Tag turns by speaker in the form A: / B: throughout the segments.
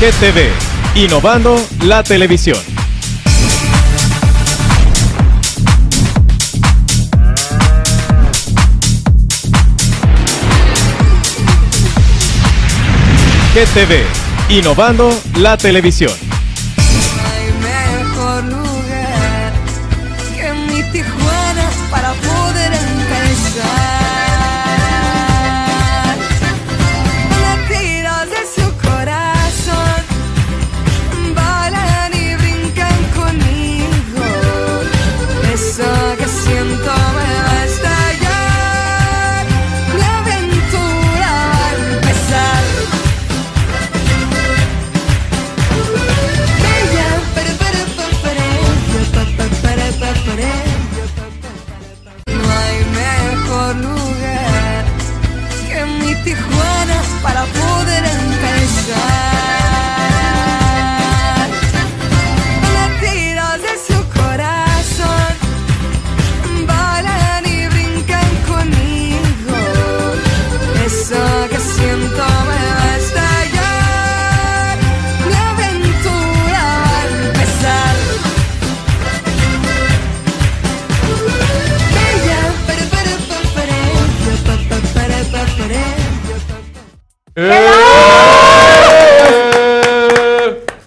A: GTV, innovando la televisión. GTV, innovando la televisión.
B: No hay mejor lugar que mi Tijuana para poder empezar. Latidos de su corazón balan y brincan conmigo. Eso que siento me va a estallar. Mi aventura va a empezar. Ella, pere, pere, pa, pere, pa, pa, pere, pa, pere. No hay mejor lugar que mi Tijuana para poder empezar. Latidos de su corazón balan y brincan conmigo. Eso que siento me va a estallar. Mi aventura va a empezar. Ella, pere, pere, pa, pere, pa, pa, pere, pa, pere.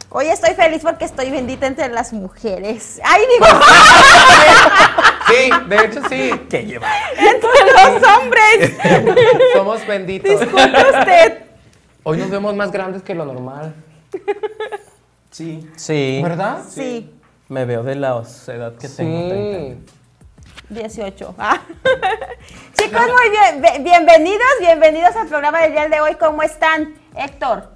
C: Hoy estoy feliz porque estoy bendita entre las mujeres. ¡Ay, digo!
D: Sí, de hecho sí.
E: ¿Qué lleva?
C: ¡Entre los hombres!
D: Somos benditos.
C: Disculpe usted.
D: Hoy nos vemos más grandes que lo normal,
E: Sí. Sí.
D: ¿verdad?
C: Sí,
E: Me veo de la edad que tengo. 30.
D: Sí.
C: 18. Ah. Chicos, muy bien. be- Bienvenidos, bienvenidos al programa del día de hoy. ¿Cómo están? Héctor.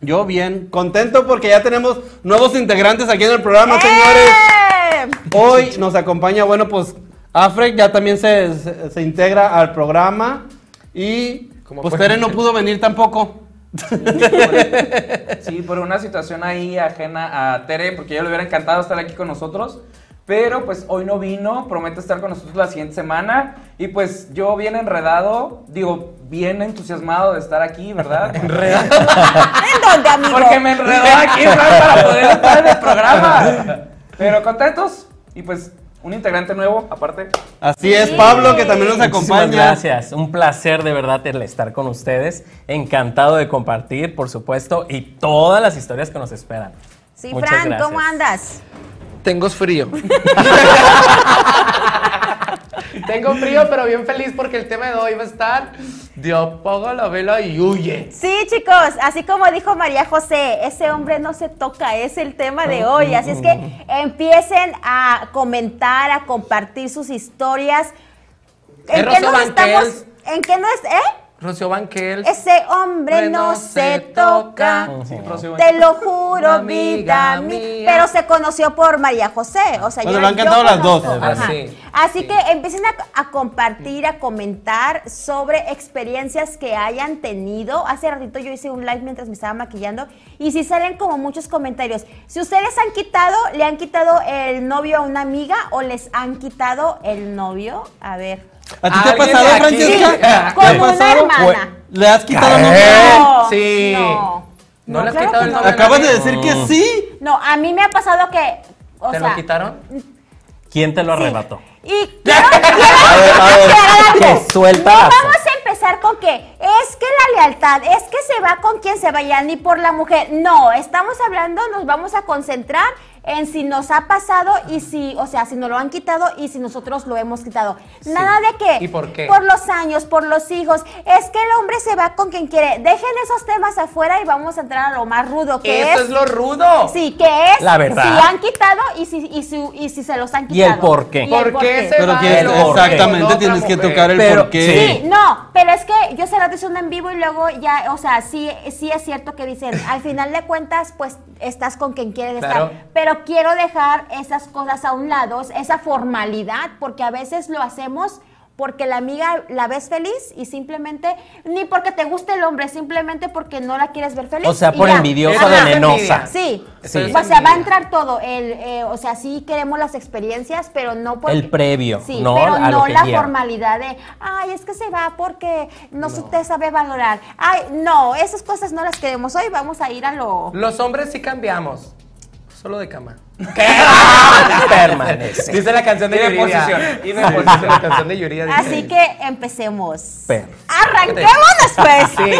E: Yo bien, contento porque ya tenemos nuevos integrantes aquí en el programa,
C: ¡Eh!
E: señores. Hoy nos acompaña, bueno, pues Afrek ya también se, se- se integra al programa y
D: Como
E: pues
D: pueden
E: Tere no
D: ver.
E: pudo venir tampoco.
F: Sí, por una situación ahí ajena a Tere, porque yo le hubiera encantado estar aquí con nosotros. Pero pues hoy no vino, promete estar con nosotros la siguiente semana. Y pues yo bien enredado, digo, bien entusiasmado de estar aquí, ¿verdad? Enredado.
C: ¿En dónde, amigo?
F: Porque me enredó aquí, ¿verdad? Para poder estar en el programa. Pero contentos. Y pues un integrante nuevo, aparte.
E: Así es, Pablo, que también nos
C: Muchísimas
E: acompaña. acompaña.
G: gracias, un placer de verdad el estar con ustedes, encantado de compartir, por supuesto, y todas las historias que nos esperan.
C: Sí,
G: Muchas
C: Fran,
G: gracias.
C: ¿cómo andas?
D: Tengo frío. Tengo frío, pero bien feliz porque el tema de hoy va a estar Dios pongo la vela y huye.
C: Sí, chicos, así como dijo María José, ese hombre no se toca, es el tema de hoy. Así es que empiecen a comentar, a compartir sus historias.
D: Es Rocío Banquels.
C: ¿En qué no es? ¿Eh?
D: Rocío Banquel.
C: Ese hombre Pues no, se toca.
F: Sí, Rocío.
C: Te lo juro, vida
D: Amiga
C: mía.
D: mía.
C: Pero se conoció por María José. O sea,
E: Bueno,
C: yo-
E: lo han
C: yo
E: cantado las dos.
C: conozco,
D: Ah,
C: ajá.
D: sí.
C: Así que empiecen a, a compartir, a comentar sobre experiencias que hayan tenido. Hace ratito yo hice un live mientras me estaba maquillando y si salen como muchos comentarios. Si ustedes han quitado, le han quitado el novio a una amiga o les han quitado el novio. A ver.
E: ¿A ti te ha
D: Alguien
E: pasado,
D: de aquí.
C: Sí,
E: Francesca?
C: con
E: ¿Te ha
C: una
E: pasado?
C: hermana.
E: ¿Le has quitado
G: ¿Qué?
E: nombre?
C: No,
D: Sí.
C: No,
D: ¿No
C: No,
D: le has
C: claro
D: quitado
C: que
D: el
C: no.
D: nombre? a
E: Acabas de
D: nadie?
E: decir que sí.
C: No, a mí me ha pasado que. O
D: ¿Te
C: sea,
D: lo quitaron?
G: ¿Quién te lo
C: Sí.
G: arrebató?
C: Y quiero, quiero aclarar algo.
E: que suelta
C: No
E: la-
C: vamos a empezar con que es que la lealtad, es que se va con quien se vaya, ni por la mujer. No, estamos hablando, nos vamos a concentrar en si nos ha pasado y si, o sea, si nos lo han quitado y si nosotros lo hemos quitado. Nada de que
D: ¿Y por qué?
C: los años, por los hijos, es que el hombre se va con quien quiere. Dejen esos temas afuera y vamos a entrar a lo más rudo que
D: Eso es lo rudo.
C: Sí, ¿qué es?
G: La verdad.
C: Si han quitado y si, y su- y si se los han
G: Y
C: quitado.
G: el por qué.
C: Y el
D: ¿Por qué se
E: Pero
D: va
E: tienes-
D: el hombre con
E: exactamente,
D: otra
E: tienes que
D: mujer?
E: tocar el
G: Pero-
E: porqué.
C: Sí, no, pero es que yo se lo hice una en vivo y luego ya, o sea, sí, sí es cierto que dicen, al final de cuentas, pues estás con quien quieres
D: Claro.
C: estar. Pero quiero dejar esas cosas a un lado, esa formalidad, porque a veces lo hacemos porque la amiga la ves feliz y simplemente, ni porque te guste el hombre, simplemente porque no la quieres ver feliz.
G: O sea,
C: y
G: por
C: ya.
G: envidiosa
D: Ajá.
G: de venenosa.
C: Sí,
G: Sí.
C: o sea, va a entrar todo, el, eh, o sea, sí queremos las experiencias, pero no porque...
G: El previo,
C: Sí,
G: no
C: pero
G: a lo
C: no
G: que
C: la
G: lleva.
C: formalidad de, ay, es que se va porque no, se te sabe valorar. Ay, no, esas cosas no las queremos hoy, vamos a ir a lo...
D: Los hombres sí cambiamos. Solo de cama.
G: Ah, Permanece.
D: Dice la canción de
F: Y de
D: Yuridia.
F: posición, y de
D: Sí,
F: posición.
D: dice la canción de Yuridia. dice.
C: Así que empecemos.
G: Pero.
C: Arranquémonos pues.
D: Este, Sí.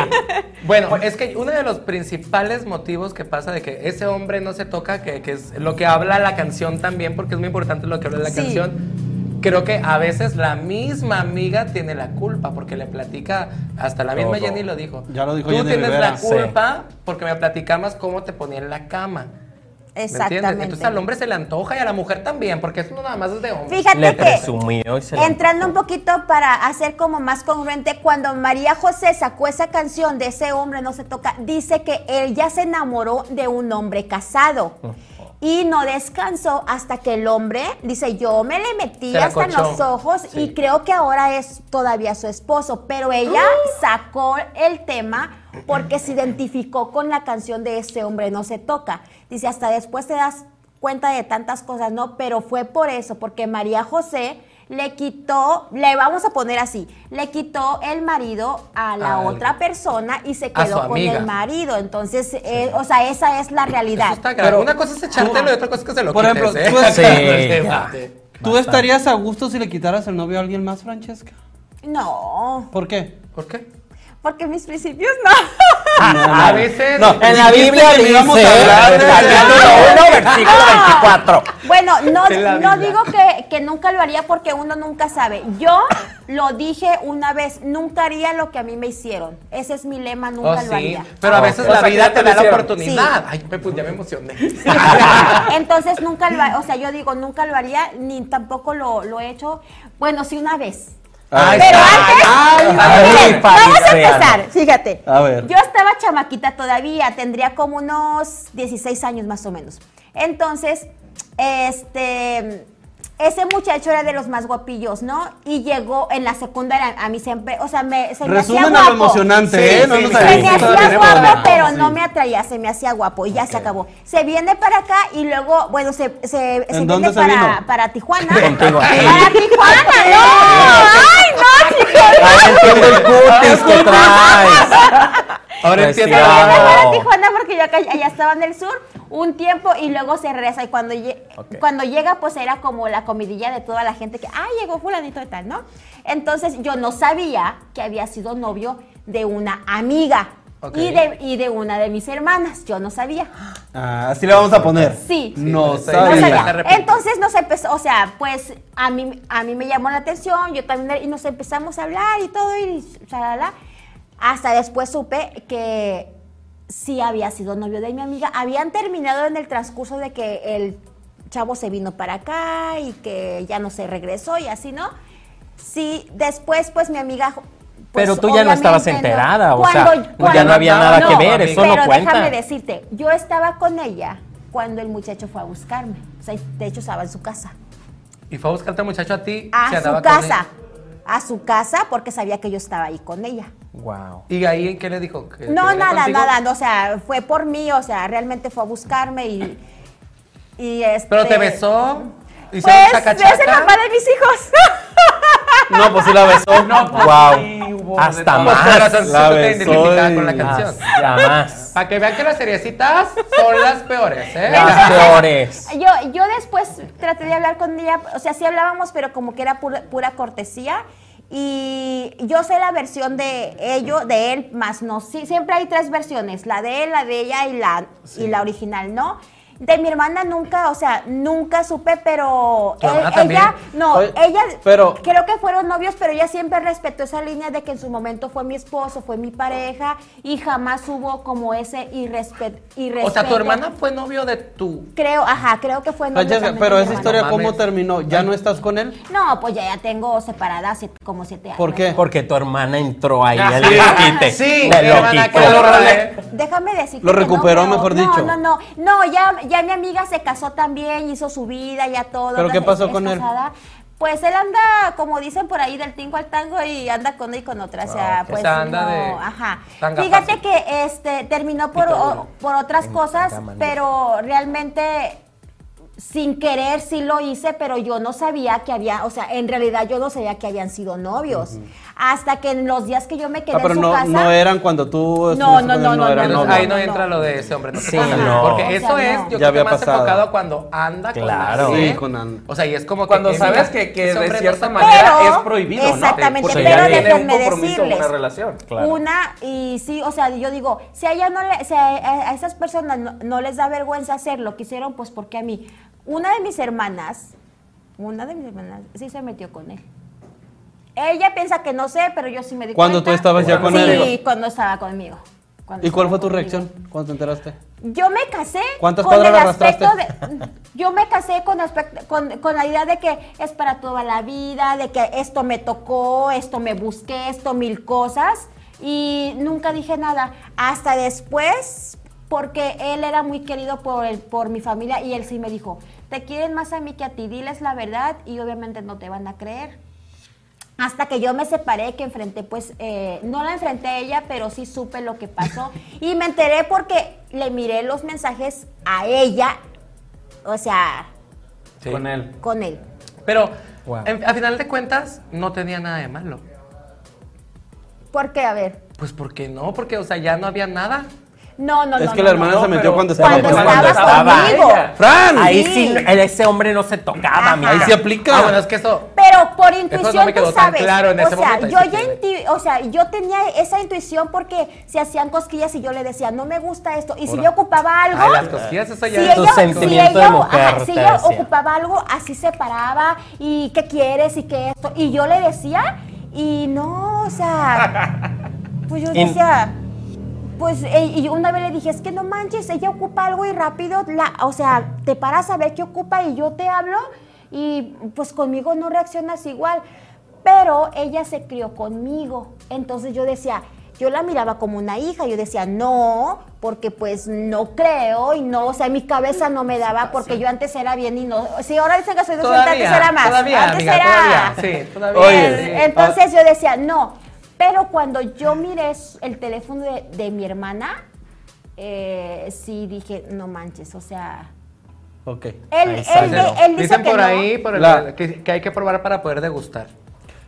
D: Bueno, es que uno de los principales motivos que pasa de que ese hombre no se toca, que, que es lo que habla la canción también, porque es muy importante lo que habla la
C: Sí.
D: canción. Creo que a veces la misma amiga tiene la culpa, porque le platica, hasta la misma
G: Todo.
D: Jenny lo dijo.
E: Ya lo dijo
D: Tú
E: Jenny
D: tienes
E: Rivera.
D: la
G: Sí.
D: culpa porque me platicabas cómo te ponía en la cama. ¿me entiendes?
C: Exactamente.
D: Entonces al hombre se le antoja y a la mujer también, porque eso no nada más es de hombre.
C: Fíjate
G: Le
C: que...
G: presumió y se le-
C: Entrando un poquito para hacer como más congruente, cuando María José sacó esa canción de ese hombre no se toca, dice que él ya se enamoró de un hombre casado. Y no descansó hasta que el hombre, dice, yo me le metí
D: Se la
C: hasta en los
D: cochó.
C: ojos y
D: Sí.
C: creo que ahora es todavía su esposo, pero ella
D: ¡Ah!
C: sacó el tema porque se identificó con la canción de ese hombre no se toca. Dice, hasta después te das cuenta de tantas cosas, ¿no? Pero fue por eso, porque María José le quitó, le vamos a poner así, le quitó el marido a la
D: Al-
C: otra persona y se
D: a su
C: quedó con
D: amiga.
C: el marido. Entonces, eh, o sea, esa es la realidad.
D: Eso está grave.
E: Pero-
D: una cosa es echártelo y otra cosa es que se lo
E: Por ejemplo,
D: quites, ¿eh?
E: tú estás-
D: Impresionante.
E: ¿Tú estarías a gusto si le quitaras el novio a alguien más, Francesca?
C: No,
E: ¿Por qué?
D: ¿Por qué?
C: porque mis principios no.
D: A veces.
E: No,
G: En la
E: Dijiste
G: Biblia
E: que no
G: dice,
E: íbamos a hablar de-
G: capítulo 1, versículo 24.
C: Ah, Bueno, no,
D: De la
C: no
D: vida.
C: digo que, que nunca lo haría porque uno nunca sabe. Yo lo dije una vez, nunca haría lo que a mí me hicieron. Ese es mi lema, nunca
D: Oh,
C: lo
D: sí.
C: haría.
D: Pero a
G: Oh,
D: veces
G: o
D: la
G: sea, que
D: vida
G: no
D: te
G: te
D: da la
G: hicieron.
D: oportunidad. Ay, me- pues ya me emocioné.
C: Entonces nunca lo ha- o sea, yo digo, nunca lo haría, ni tampoco lo, lo he hecho. Bueno, sí una vez.
E: Ay,
C: Pero
E: ay,
C: antes,
E: ay,
C: miren,
G: ay,
C: vamos a
G: Fabián.
C: empezar, fíjate.
E: A ver.
C: Yo estaba chamaquita todavía, tendría como unos 16 años más o menos. Entonces, este, ese muchacho era de los más guapillos, ¿no? Y llegó en la secundaria, a mí siempre, o sea, me, se me hacía
E: Resumen a
C: guapo.
E: lo emocionante, ¿eh? No
D: sí,
E: nos
D: sí,
C: Se me
E: adelantemos.
C: hacía guapo,
D: nada.
C: pero no me atraía, se me hacía guapo y ya se acabó. Se viene para acá y luego, bueno, se, se, se viene
E: dónde se
C: para,
E: vino?
C: para Tijuana.
G: Contigo.
C: Para Tijuana, no. Ay, no, chicos.
G: Ay, entiendo el cutis que traes.
D: Ahora
G: Pues
D: entiendo.
G: sí,
C: Se viene para
G: No.
C: Tijuana porque yo acá, allá estaba en el sur un tiempo y luego se regresa. Y cuando, lle-
G: Ok.
C: cuando llega, pues era como la comidilla de toda la gente que, ay, llegó fulanito de tal, ¿no? Entonces yo no sabía que había sido novio de una amiga.
D: Ok.
C: Y, de, y de una de mis hermanas, yo no sabía.
E: Ah, así le vamos a poner.
C: Sí.
E: No
D: Sí,
C: No
D: Ay,
E: sabía.
C: sabía.
D: ya. De repente.
C: Entonces nos empezó, o sea, pues a mí, a mí me llamó la atención, yo también, y nos empezamos a hablar y todo, y chalala. Hasta después supe que sí había sido novio de mi amiga. Habían terminado en el transcurso de que el chavo se vino para acá y que ya no se regresó y así, ¿no? Sí, después, pues mi amiga. pues,
G: Pero tú ya no estabas
C: obviamente no.
G: enterada, o sea,
C: Cuando-
G: ya
C: cuando-
G: no había nada que
D: no,
G: ver, eso
C: pero
G: no cuenta.
C: déjame decirte, yo estaba con ella cuando el muchacho fue a buscarme. O sea, de hecho estaba en su casa.
D: Y fue a buscarte al este muchacho a ti.
C: A
D: se andaba
C: su
D: con
C: casa.
D: él.
C: A su casa porque sabía que yo estaba ahí con ella.
G: Wow.
D: ¿Y ahí qué le dijo? ¿Que- que
C: No,
D: venía
C: nada,
D: contigo?
C: nada. no, O sea, fue por mí, o sea, realmente fue a buscarme y. y este,
D: Pero te besó.
C: Pues,
D: Hicieron
C: es el
D: chacachaca.
C: papá de mis hijos.
E: No, pues sí la besó.
F: No, pues, sí hubo
G: wow.
F: de
G: Hasta
F: todo.
D: Pues
G: más.
D: corazoncito
E: la
D: te
E: besó
D: identificaba con la
E: y-
D: canción.
G: Hasta más.
D: Para que vean que las seriecitas son las peores, ¿eh?
G: Las peores.
D: Pues,
C: Yo, yo después traté de hablar con ella, o sea, sí hablábamos, pero como que era pura, pura cortesía. Y yo sé la versión de ello, de él, más no. Sí, siempre hay tres versiones, la de él, la de ella y la, y la original, ¿no? De mi hermana nunca, o sea, nunca supe, pero
D: ¿Tu
C: él-
D: hermana también?
C: ella, no,
E: Oye,
C: ella,
E: pero-
C: creo que fueron novios, pero ella siempre respetó esa línea de que en su momento fue mi esposo, fue mi pareja y jamás hubo como ese irrespeto.
D: O sea, tu hermana fue novio de tu.
C: Creo, ajá, creo que fue novio
E: Francesca,
C: también
E: Ah, pero
C: de mi
E: esa
C: hermana.
E: historia,
D: No
E: ¿cómo
D: mames.
E: terminó? ¿Ya no estás con él?
C: No, pues ya, ya tengo separada siete- como siete años.
E: ¿Por qué?
G: Porque tu hermana entró ahí
D: Ah,
G: al
D: sí.
G: desquite.
D: Sí,
G: Te
D: mi
G: lo
D: hermana
G: quitó.
D: que lo rele-
C: Déjame decirte.
E: Lo
C: que no,
E: recuperó,
C: pero-
E: mejor
C: no,
E: dicho.
C: No, no, no. ya, ya mi amiga se casó también, hizo su vida, ya todo.
E: ¿Pero
C: ya
E: qué
C: es-
E: pasó
C: es
E: con él?
C: casada. Pues él anda, como dicen por ahí, del tingo al tango y anda con una y con otra. O sea,
D: Ah, ok.
C: pues.
D: O sea, anda
C: no,
D: de
C: ajá.
D: tanga
C: Fíjate
D: fácil.
C: que este terminó por,
G: todo.
C: o- por otras
G: En
C: cosas,
G: tanga manía.
C: pero realmente sin querer sí lo hice, pero yo no sabía que había, o sea, en realidad yo no sabía que habían sido novios. Hasta que en los días que yo me quedé
E: Ah, pero
C: en su
E: no,
C: casa.
E: no eran cuando tú estuviste
C: no,
E: con él,
C: no, no,
E: eran
C: no,
D: Entonces,
E: novios.
D: ahí no,
C: no, no.
D: entra lo de ese hombre. No te
G: Sí,
D: pasa nada.
G: no.
D: Porque
G: O sea,
D: eso
C: no.
D: es, yo
C: Ya
D: creo que
E: había
D: más
E: pasado.
D: enfocado cuando anda
G: Claro.
D: con alguien.
E: Sí, con Ana.
D: O sea, y es como que,
F: Cuando
D: eh,
F: sabes
D: mira,
F: que, que
D: ese
F: de
D: hombre no
F: cierta
D: está-
F: manera
C: Pero-
F: es prohibido, ¿no?
C: exactamente,
F: Porque
G: pero
F: ya tiene un
C: déjenme
F: compromiso, una
C: decirles.
F: relación.
G: Claro.
C: Una, y sí, o sea, yo digo, si a ella no le, si a, a- a esas personas no, no les da vergüenza hacer lo que hicieron, pues porque a mí. Una de mis hermanas, una de mis hermanas, sí se metió con él. Ella piensa que no sé, pero yo sí me di
E: ¿Cuándo
C: cuenta.
E: tú estabas ya con él?
C: Sí, cuando estaba conmigo. cuando
E: ¿Y cuál
C: estaba
E: fue tu
C: conmigo.
E: reacción cuando te enteraste?
C: Yo me casé
E: ¿Cuántas
C: con
E: cuadras
C: el aspecto
E: arrastraste?
C: de. Yo me casé con, aspecto- con, con la idea de que es para toda la vida, de que esto me tocó, esto me busqué, esto mil cosas. Y nunca dije nada. Hasta después, porque él era muy querido por, el- por mi familia y él sí me dijo: Te quieren más a mí que a ti, diles la verdad y obviamente no te van a creer. Hasta que yo me separé, que enfrenté, pues, eh, no la enfrenté a ella, pero sí supe lo que pasó. Y me enteré porque le miré los mensajes a ella, o sea,
D: Sí.
F: Con él.
C: con él.
D: Pero,
G: Wow.
D: en- a final de cuentas, no tenía nada de malo.
C: Porque, a ver,
D: Pues, ¿por qué no? Porque, o sea, ya no había nada.
C: no, no, no.
E: es que
C: no,
E: la
C: no.
E: hermana se
F: no,
E: metió
F: pero-
E: cuando estaba
C: Cuando
E: con él.
C: estabas
G: estaba
C: conmigo.
F: ella.
E: ¡Fran!
G: Ahí
C: Sí.
G: sí, ese hombre no se tocaba,
C: Ajá.
G: mija.
E: Ahí se aplica.
D: Ah, bueno, es que eso.
C: Pero por
D: no
C: intuición
D: me quedó
C: tú
D: tan
C: sabes.
D: claro en
C: o
D: ese
C: sea,
D: momento,
C: yo ya
D: discúlpeme.
C: inti- o sea, yo tenía esa intuición porque se hacían cosquillas y yo le decía, "No me gusta esto." Y si yo ocupaba algo,
D: Ay,
E: Ah.
D: las cosquillas, eso
C: Si
D: ya.
C: ella,
G: Tu
C: si
G: sentimiento
C: ella-
G: de mujer,
C: ajá, si
G: te
C: ella
G: decía.
C: ocupaba algo, así se paraba y qué quieres y qué esto. Y yo le decía, y no, o sea, pues yo
G: En-
C: decía, pues, eh, y yo una vez le dije, es que no manches, ella ocupa algo y rápido, la, o sea, te paras a ver qué ocupa y yo te hablo y pues conmigo no reaccionas igual. Pero ella se crió conmigo, entonces yo decía, yo la miraba como una hija, yo decía, no, porque pues no creo y no, o sea, mi cabeza no me daba porque yo antes era bien y no, sí, ahora dicen que soy docente, antes
D: Todavía,
C: era más.
D: todavía,
C: antes
D: amiga,
C: era...
D: todavía, sí, todavía.
E: Oye,
D: sí. Ah.
C: Eh, Entonces yo decía, no. Pero cuando yo miré s- el teléfono de, de mi hermana, eh, sí dije, no manches, o sea.
E: Ok.
C: Él,
G: Ahí
C: él,
G: está.
C: él- él dice
D: Dicen
C: que
D: por
C: no.
D: ahí por el-
E: La-
D: que, que hay que probar para poder degustar.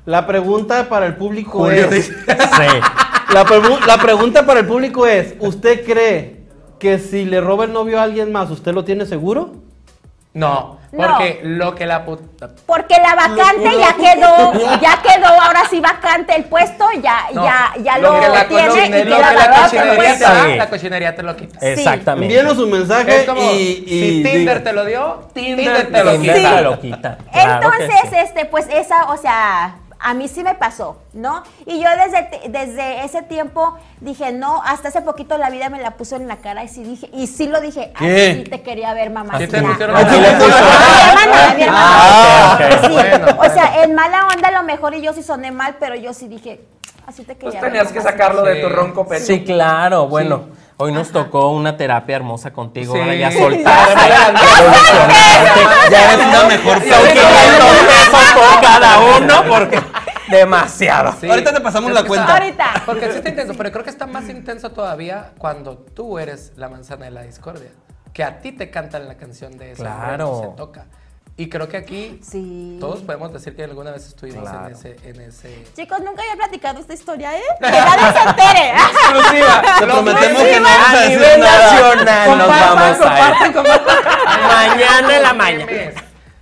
E: La pregunta para el público es...
G: Sí.
E: La, pregu- la pregunta para el público es, ¿usted cree que si le roba el novio a alguien más, usted lo tiene seguro?
D: No,
C: No.
D: porque lo que la puta.
C: Porque la vacante ya quedó, ya quedó, ahora sí vacante el puesto, ya,
D: No,
C: ya, ya
D: lo
C: lo,
D: que la
C: tiene
D: cochine-
C: y
D: lo
C: queda
D: que la
C: vacante pues, el
D: cochinería te
C: puesto.
D: da,
G: Sí. Eh,
D: la cochinería te lo quita.
G: Exactamente.
E: Envíenos un mensaje
D: Es como
E: y...
D: si
E: y-
D: Tinder
E: di-
D: te lo dio, Tinder,
F: Tinder
D: te lo
G: Tinder
D: quita.
G: te lo quita. Claro que
C: Entonces,
G: sí.
C: este, pues esa, o sea, a mí sí me pasó, ¿no? Y yo desde, te- desde ese tiempo dije, no, hasta hace poquito la vida me la puso en la cara y sí dije, y sí lo dije,
E: ¿Qué?
C: así te quería ver, mamá.
D: Sí te
C: Ya.
D: pusieron
C: Ah,
D: la-
C: sí,
D: la-
C: sí, sí. A mi hermana, a mi hermana.
G: Ah, ok, ok.
C: Sí,
D: Bueno,
C: o sea, en mala onda a lo mejor y yo sí soné mal, pero yo sí dije, así te quería
F: Pues
C: ver,
F: tenías que
C: mamá".
F: sacarlo de tu
D: Sí.
F: ronco pecho.
G: Sí, claro, bueno. Hoy nos tocó una terapia hermosa contigo, ahora ya
D: Sí.
G: soltaste.
E: Ya es una mejor
G: Son 500 pesos por cada uno porque demasiado.
D: Sí.
E: Ahorita te pasamos la
D: que
E: cuenta.
D: está-
C: Ahorita.
D: Porque sí está intenso, pero creo que está más intenso todavía cuando tú eres la manzana de la discordia. Que a ti te cantan la canción de esa
G: Claro.
D: se toca. Y creo que aquí
C: Sí.
D: todos podemos decir que alguna vez estuvimos
G: Claro.
D: en ese. En ese...
C: Chicos, nunca había platicado esta historia, ¿eh? Que nadie se entere.
E: Te prometemos que no
G: A
E: vamos a decir
G: nivel
E: nada.
G: nacional nos
D: Compartan,
G: vamos a
D: compartan,
G: ir.
D: compartan.
G: Mañana en la
D: Los
G: mañana.
D: memes.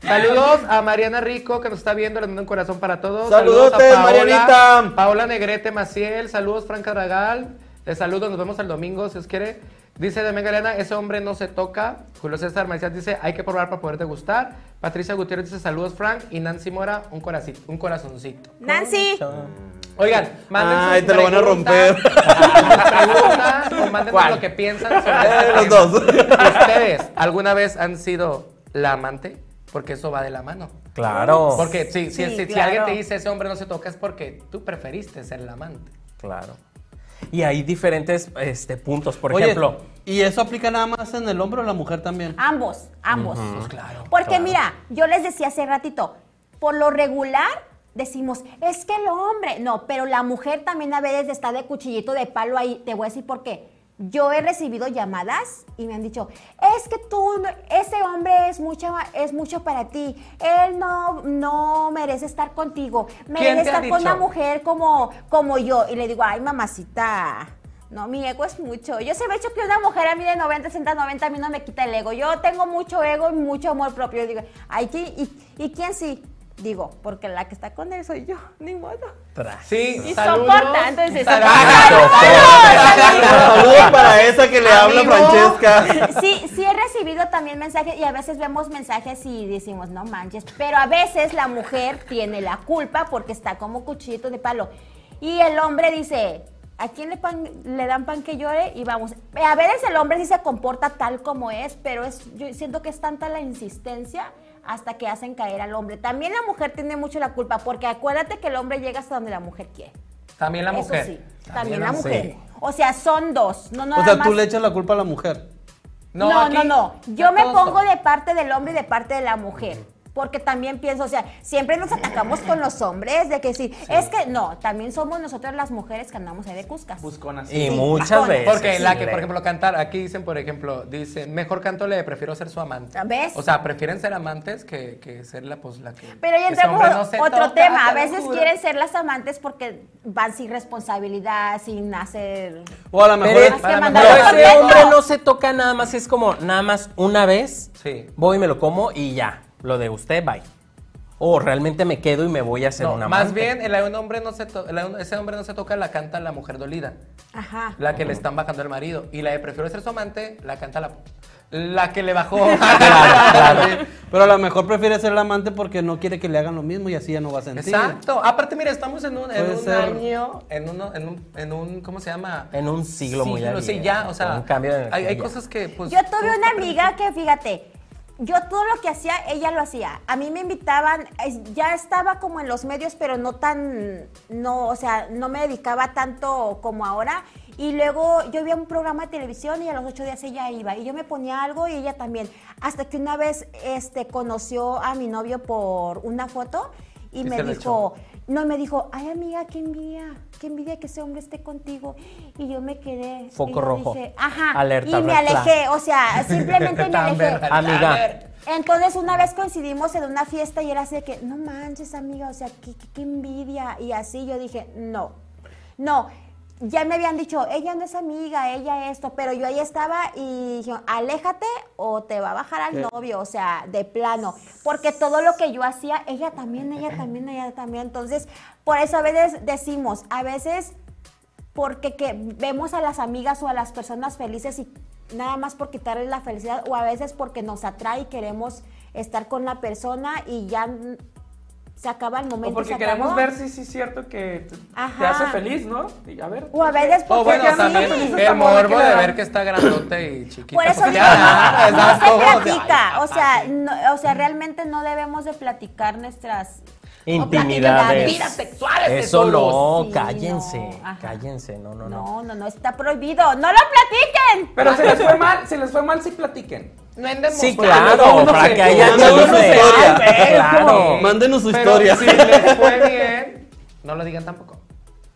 D: Saludos a Mariana Rico que nos está viendo, le mando un corazón para todos.
E: Saludotes,
D: Saludos a
E: Marianita.
D: Paola Negrete Maciel, saludos Franca Dragal. Les saludo, nos vemos el domingo si os quiere. Dice Damián Galena, ese hombre no se toca. Julio César Macías dice, hay que probar para poder degustar. Patricia Gutiérrez dice, saludos Frank. Y Nancy Mora, un, coracito, un corazoncito.
C: Nancy,
D: Oigan, manden
E: Ay,
D: sus
E: te lo van a
D: preguntas,
E: romper.
D: sus preguntas, o mándenos
F: ¿Cuál?
D: lo que piensan sobre
E: Eh,
D: este
E: los
D: tema.
E: dos.
D: ¿Ustedes alguna vez han sido la amante? Porque eso va de la mano.
E: Oh.
G: Claro.
D: Porque si, si-
C: Sí,
D: si- si
C: claro.
D: alguien te dice ese hombre no se toca es porque tú preferiste ser la amante.
G: Claro. Y hay diferentes este, puntos. Por
E: Oye,
G: ejemplo,
E: ¿y eso aplica nada más en el hombre o la mujer también?
C: Ah, ambos, ambos.
D: claro.
C: Porque
G: Claro.
C: mira, yo les decía hace ratito, por lo regular decimos, es que el hombre, no, pero la mujer también a veces está de cuchillito de palo ahí, te voy a decir por qué. Yo he recibido llamadas y me han dicho, es que tú, no- ese hombre es mucho, es mucho para ti, él no, no merece estar contigo,
D: ¿Quién te
C: merece
D: ha
C: estar con una
D: dicho?
C: mujer como, como yo. Y le digo, ay mamacita, no, mi ego es mucho. Yo se me ha hecho que una mujer a mí de 90, 60, 90 a mí no me quita el ego. Yo tengo mucho ego y mucho amor propio. Y digo, ay, ¿qui- y, ¿y quién sí? Digo, porque la que está con él soy yo, ni modo.
G: tras.
D: Sí,
C: Y
D: saludos.
C: soporta, entonces,
D: Saludos.
E: Saludos para esa que le habla
D: Amigo.
E: Francesca.
C: Sí, sí he recibido también mensajes y a veces vemos mensajes y decimos, no manches, pero a veces la mujer tiene la culpa porque está como cuchillito de palo. Y el hombre dice, ¿a quién le, pan- le dan pan que llore? Y vamos, a veces el hombre sí se comporta tal como es, pero es, yo siento que es tanta la insistencia hasta que hacen caer al hombre. También la mujer tiene mucho la culpa porque acuérdate que el hombre llega hasta donde la mujer quiere.
D: También la mujer.
C: Eso sí, también la
D: mu-
C: mujer.
G: sí.
C: O sea, son dos, no nada
E: O sea,
C: más
E: tú le echas la culpa a la mujer.
C: no, no,
D: aquí
C: no, Yo
D: a
C: me
D: todos
C: pongo
D: no.
C: de parte del hombre y de parte de la mujer. Porque también pienso, o sea, siempre nos atacamos con los hombres, de que sí. Es que no, también somos nosotras las mujeres que andamos ahí de cuscas.
F: Buscona así.
G: Y
C: Sí,
G: muchas
C: bajones.
G: veces.
D: Porque la que,
G: le-
D: por ejemplo, cantar, aquí dicen, por ejemplo, dice, mejor canto le prefiero ser su amante.
C: Ah, ¿Ves?
D: O sea, prefieren ser amantes que, que ser la, pues, la que...
C: Pero ya
D: ese
C: entramos
D: hombre
C: a
D: no se
C: otro
D: toca,
C: tema. A
D: te lo
C: veces
D: juro.
C: quieren ser las amantes porque van sin responsabilidad, sin hacer.
E: O a lo mejor.
G: Pero
C: es
E: a
C: que
E: lo
C: mandar
E: mejor-
G: Pero
C: Claro,
G: ese
C: correcto.
G: hombre no se toca nada más, es como nada más una vez.
D: Sí.
G: Voy y me lo como y ya. Lo de usted, bye. O realmente me quedo y me voy a hacer
D: No,
G: una
D: más bien, el, un hombre no se to- el- un- ese hombre no se toca, la canta la mujer dolida,
C: Ajá.
D: la que le están bajando al marido. Y la de prefiero ser su amante, la canta la... La que le bajó.
E: Pero a lo mejor prefiere ser la amante porque no quiere que le hagan lo mismo y así ya no va a sentir.
D: Exacto. Aparte, mira, estamos en un, en
E: Puede
D: un
E: ser.
D: año, en, uno, en, un, en un, ¿cómo se llama?
G: En un siglo muy
D: Siglo, Sí,
G: abierto,
D: ya, o sea,
G: un cambio de
D: hay,
G: energía
D: hay
G: ya.
D: cosas que, pues...
C: Yo tuve una amiga que, fíjate, yo todo lo que hacía, ella lo hacía. A mí me invitaban, eh, ya estaba como en los medios, pero no tan, no, o sea, no me dedicaba tanto como ahora. Y luego yo vi un programa de televisión y a los ocho días ella iba. Y yo me ponía algo y ella también. Hasta que una vez este, conoció a mi novio por una foto y,
D: Y
C: me
D: se lo
C: dijo, no, me dijo, ay amiga, qué envidia, qué envidia que ese hombre esté contigo. Y yo me quedé. y
G: Foco
C: yo
G: rojo.
C: dije, Ajá.
G: Alerta,
C: y me
G: red flag.
C: alejé, o sea, simplemente me alejé.
D: Amber,
G: Amiga.
D: Amber.
C: Entonces una vez coincidimos en una fiesta y era así de que, no manches amiga, o sea, qué, qué- qué envidia. Y así yo dije, no, no. Ya me habían dicho, ella no es amiga, ella esto, pero yo ahí estaba y dije, aléjate o te va a bajar al novio, o sea, de plano. Porque todo lo que yo hacía, ella también, ella también, ella también. Entonces, por eso a veces decimos, a veces porque que vemos a las amigas o a las personas felices y nada más por quitarles la felicidad o a veces porque nos atrae y queremos estar con la persona y ya mm, se acaba el momento.
F: O
C: y
F: porque
C: se
F: queremos
C: acabó.
F: ver si sí es cierto que te, te
C: Ajá.
F: hace feliz, ¿no? Y a ver.
C: O a veces porque
D: O Oh, bueno,
C: sí.
D: también
F: felices
D: el
F: tan buena que
D: morbo
F: le
D: de
F: dan.
D: ver que está grandote y chiquito.
C: Por eso
D: pues,
C: digo,
D: ya, nada,
C: no, no
D: ¿sabes
C: se
D: cómo? O sea,
C: platica,
D: ay,
C: o sea,
D: aparte.
C: no- o sea, realmente no debemos de platicar nuestras
G: Intimidades.
C: vidas
G: sexuales. Eso no,
C: Sí,
G: cállense.
C: no, ajá.
G: Cállense, no, no, no.
C: No, no, no, está prohibido, no lo platiquen.
F: Pero si les fue mal, si les fue mal, sí platiquen.
D: No andemos
G: Sí,
D: mal.
G: claro,
F: no
G: para
F: sé,
G: que haya
E: no, no, no,
G: chisme.
E: no, no, no,
G: Claro.
E: Mándenos su
D: Pero
E: historia.
D: si les fue bien, no lo digan tampoco.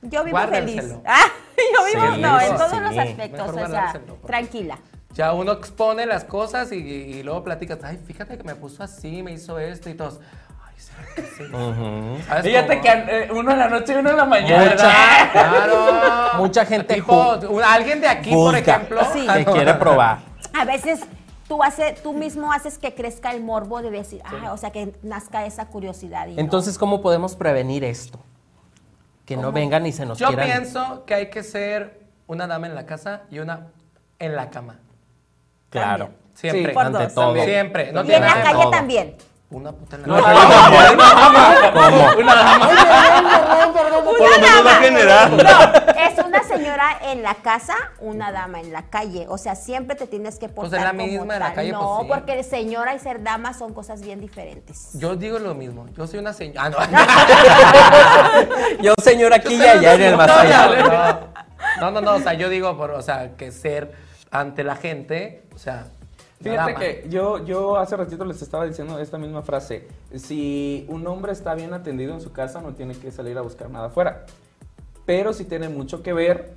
C: Yo vivo
D: Guárdenselo.
C: feliz. Ah, yo vivo,
G: Sí,
C: no, en
G: sí,
C: todos
G: sí.
C: los aspectos,
D: Mejor
C: o sea,
D: guardárselo, por
C: tranquila.
D: Ya uno expone las cosas y, y- y luego platicas, ay, fíjate que me puso así, me hizo esto y todos. Ay, ¿será que sí? ¿Sabes
F: Fíjate
D: cómo?
F: que eh, uno en la noche y uno en la mañana.
G: Mucha,
D: Claro.
G: mucha gente
D: Tipo, un- alguien de aquí, por
G: juzga,
D: ejemplo,
C: Sí.
D: ah,
G: que
D: no.
G: quiere probar.
C: A veces tú, hace, tú mismo haces que crezca el morbo de decir, ah, o sea, que nazca esa curiosidad. y no.
G: Entonces, ¿cómo podemos prevenir esto? Que no vengan y se nos
D: Yo
G: quieran.
D: pienso que hay que ser una dama en la casa y una en la cama.
G: Claro.
D: Siempre.
C: Por
G: Ante
C: dos,
G: todo.
C: también.
D: Siempre. No
C: y en
D: tiene
C: la
D: nada de
C: calle
D: malo.
C: también.
D: Una puta en la
F: No,
D: cama.
F: salió también.
G: ¿Cómo?
F: Una dama.
E: Por lo menos va a generar.
C: Es una señora en la casa, una dama en la calle. O sea, siempre te tienes que
D: Pues
C: portar
D: es la
C: como
D: misma de la
C: tal.
D: calle,
C: No,
D: pues sí.
C: porque el señora y ser dama son cosas bien diferentes.
D: Yo digo lo mismo. Yo soy una señora. Ah, no.
G: Yo, señor, aquí
D: Yo
G: y allá
D: soy una
G: en el más allá.
D: señora. No, no, no. O sea, yo digo, por, o sea, que ser ante la gente, o sea. una
F: Fíjate
D: dama.
F: que yo, yo hace ratito les estaba diciendo esta misma frase. Si un hombre está bien atendido en su casa, no tiene que salir a buscar nada afuera. Pero sí tiene mucho que ver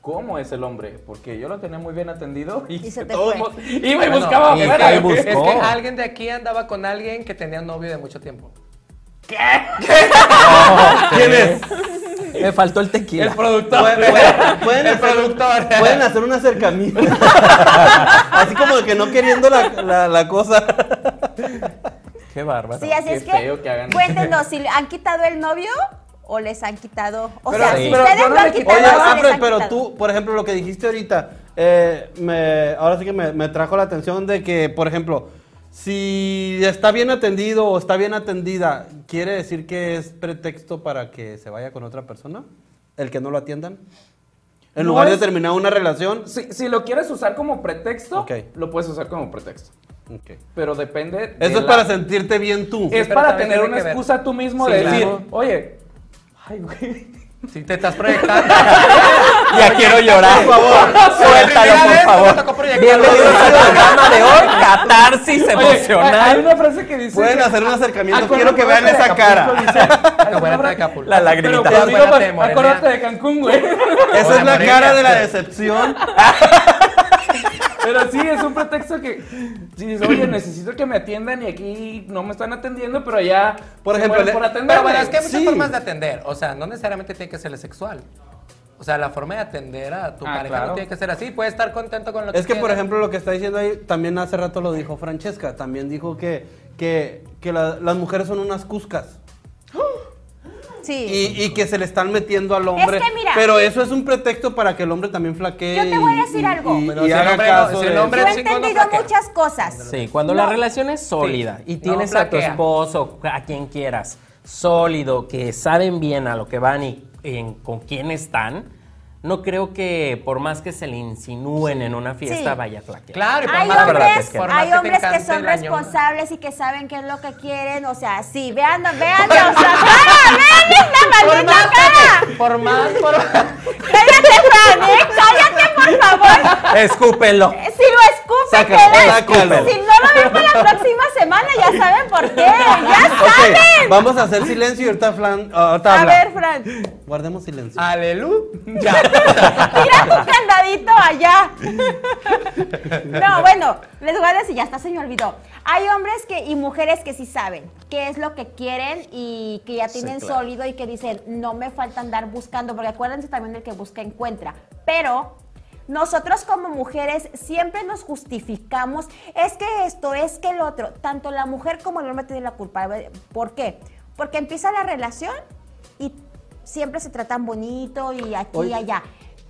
F: cómo es el hombre. Porque yo lo tenía muy bien atendido y,
C: Y se
F: de
C: te
F: todos
C: fue.
F: modos iba y
D: Bueno,
F: buscaba
G: y
F: afuera.
G: te buscó.
D: Es que alguien de aquí andaba con alguien que tenía novio de mucho tiempo.
E: ¿Quién es?
G: Me faltó el tequila.
F: El productor.
E: Pueden
D: El
E: hacer-
D: productor.
E: Pueden hacer un acercamiento. Así como que no queriendo la, la, la cosa.
G: Qué bárbaro.
C: Sí, así
F: qué
C: es que,
F: feo que hagan-
C: cuéntenos si le han quitado el novio o les han quitado. O
F: Pero-
C: sea,
G: sí.
C: si
G: pero
C: ustedes
F: yo no
C: lo han
F: le quito-
C: quitado.
E: Oye,
C: o si les
E: Alfred,
C: han
E: Ah, pero
C: quitado.
E: tú, por ejemplo, lo que dijiste ahorita, eh, me, ahora sí que me, me trajo la atención de que, por ejemplo, si está bien atendido o está bien atendida, ¿quiere decir que es pretexto para que se vaya con otra persona? ¿El que no lo atiendan? En
F: No
E: lugar de
F: es-
E: terminar una relación.
F: Si, si lo quieres usar como pretexto,
E: Ok.
F: lo puedes usar como pretexto.
E: Ok.
F: Pero depende. de
E: Eso es
F: la-
E: para sentirte bien tú.
F: Es
D: pero
F: para
D: también
F: tener
D: tiene
F: una
D: que ver.
F: excusa tú mismo
D: Sí,
F: de
D: claro.
F: decir, oye, ay, güey.
D: Si te estás proyectando.
G: Ya quiero llorar. Por favor, suéltalo, por
D: Me tocó
G: favor.
D: proyectarlo.
G: Bienvenidos al programa de hoy,
F: Oye,
G: Catarsis
F: hay- Hay
G: Emocional.
F: una frase que dice.
E: Pueden
F: que-
E: hacer un acercamiento.
F: Acuérdate
E: Quiero que vean
F: de
E: esa
F: Acapulco,
E: cara.
F: dice, hay una
D: Acuérdate de
F: frase-
D: Acapulco.
G: La
F: Pero
G: lagrimita.
F: conmigo,
D: Acuérdate
F: pues,
D: de Morelia.
F: acuérdate de Cancún, güey.
E: Esa
D: Hola,
E: es la
D: Morelia.
E: cara de la decepción.
F: Pero sí, es un pretexto que. Si dices, oye, necesito que me atiendan y aquí no me están atendiendo, pero allá.
E: Por
F: se
E: ejemplo,
F: mueren
E: le-
F: por atenderme.
D: Pero bueno, es que hay muchas
E: Sí.
D: formas de atender. O sea, no necesariamente tiene que ser el sexual. O sea, la forma de atender a tu
F: Ah,
D: pareja
F: claro.
D: no tiene que ser así. Puedes estar contento con lo que
E: Es que, por
D: tiene.
E: ejemplo, lo que está diciendo ahí, también hace rato lo dijo Francesca, también dijo que, que, que la- las mujeres son unas cuscas
C: Sí.
E: y, y que se le están metiendo al hombre.
C: que mira-
E: pero eso es un pretexto para que el hombre también flaquee.
C: Yo te voy a
E: y-
C: decir
E: y-
C: algo.
E: y-
D: Pero
E: y
D: si el
E: haga
D: hombre no-
E: caso
D: si el
E: de
D: hombre
C: Yo
E: eso.
C: he
D: el chingón no
C: entendido
D: flaquea.
C: muchas cosas.
G: Sí, cuando la
C: No.
G: relación es sólida
D: Sí,
G: y
D: no
G: tienes a tu
D: flaquea.
G: esposo, a quien quieras, sólido, que saben bien a lo que van y en- con quién están, no creo que por más que se le insinúen en una fiesta
C: Sí.
G: vaya a flaquear.
D: Claro, y por
C: Hay
D: más-
G: verdad
C: hombres,
G: es que-
D: por más
C: hay
D: te
C: hombres que
D: encante
C: son
D: la ñonga.
C: responsables y que saben qué es lo que quieren. O sea, sí, vean, vean, o sea, vean, vean la
D: Por
C: maldita
D: más,
C: cara.
D: por más, por-
C: Cállate, Fran, ¿eh? cállate, por favor.
G: Escúpelo.
C: Si lo escupe,
E: Sácalo,
C: queda
E: sácalo.
C: Si no lo ven para la próxima semana, ya saben por qué. Ya
E: Ok,
C: saben.
E: vamos a hacer silencio y ahorita, Flan, ah, ahorita
C: A
E: habla.
C: ver, Fran,
E: Guardemos silencio.
D: Ah, Alelu.
C: tira tu candadito allá. No, bueno, les voy a decir, ya está, se me olvidó. Hay hombres que y mujeres que sí saben qué es lo que quieren y que ya tienen sólido y que dicen, no me falta andar buscando, porque acuérdense también el que busca encuentra. Pero nosotros como mujeres siempre nos justificamos, es que esto, es que el otro, tanto la mujer como el hombre tienen la culpa. A ver, ¿Por qué? Porque empieza la relación y siempre se tratan bonito y aquí y
E: Oye.
C: allá.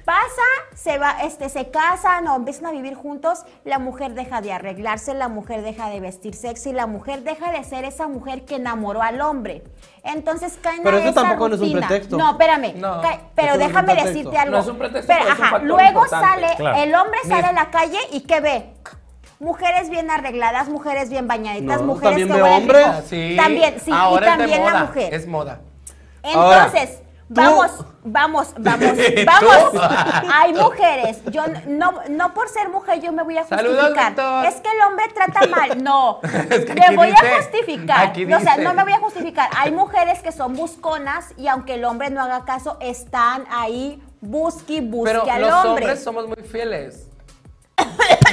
C: Pasa, se va, este, se casan o empiezan a vivir juntos, la mujer deja de arreglarse, la mujer deja de vestir sexy, la mujer deja de ser esa mujer que enamoró al hombre. Entonces caen
E: Pero
C: a
E: eso
C: esa
E: tampoco no es un
C: rutina.
E: pretexto.
C: No, espérame.
D: No,
C: cae- pero
E: eso no es un
C: déjame
E: pretexto.
C: decirte algo.
F: No es un pretexto, pero es un factor
C: luego
F: importante.
C: sale,
G: Claro.
C: el hombre sale a la calle y ¿qué ve? Mujeres bien arregladas, mujeres bien bañaditas,
E: No,
C: mujeres
E: también
C: que
E: ve
C: huelen
E: hombres.
C: rico. También, sí,
D: Ah, Ahora
C: y
D: es de
C: también la
D: moda,
C: mujer.
D: Es moda.
E: Ahora,
C: Entonces,
E: tú-
C: vamos, vamos, vamos, vamos. Hay mujeres. Yo n- no, no por ser mujer yo me voy a
D: Saludos,
C: justificar.
D: Víctor.
C: es que el hombre trata mal. No,
D: Es que aquí
C: me voy
D: dice,
C: a justificar.
D: aquí
C: No, o sea,
D: dice.
C: no me voy a justificar. Hay mujeres que son busconas y aunque el hombre no haga caso, están ahí busqui, busque
D: Pero
C: al
D: los
C: hombre.
D: hombres somos muy fieles.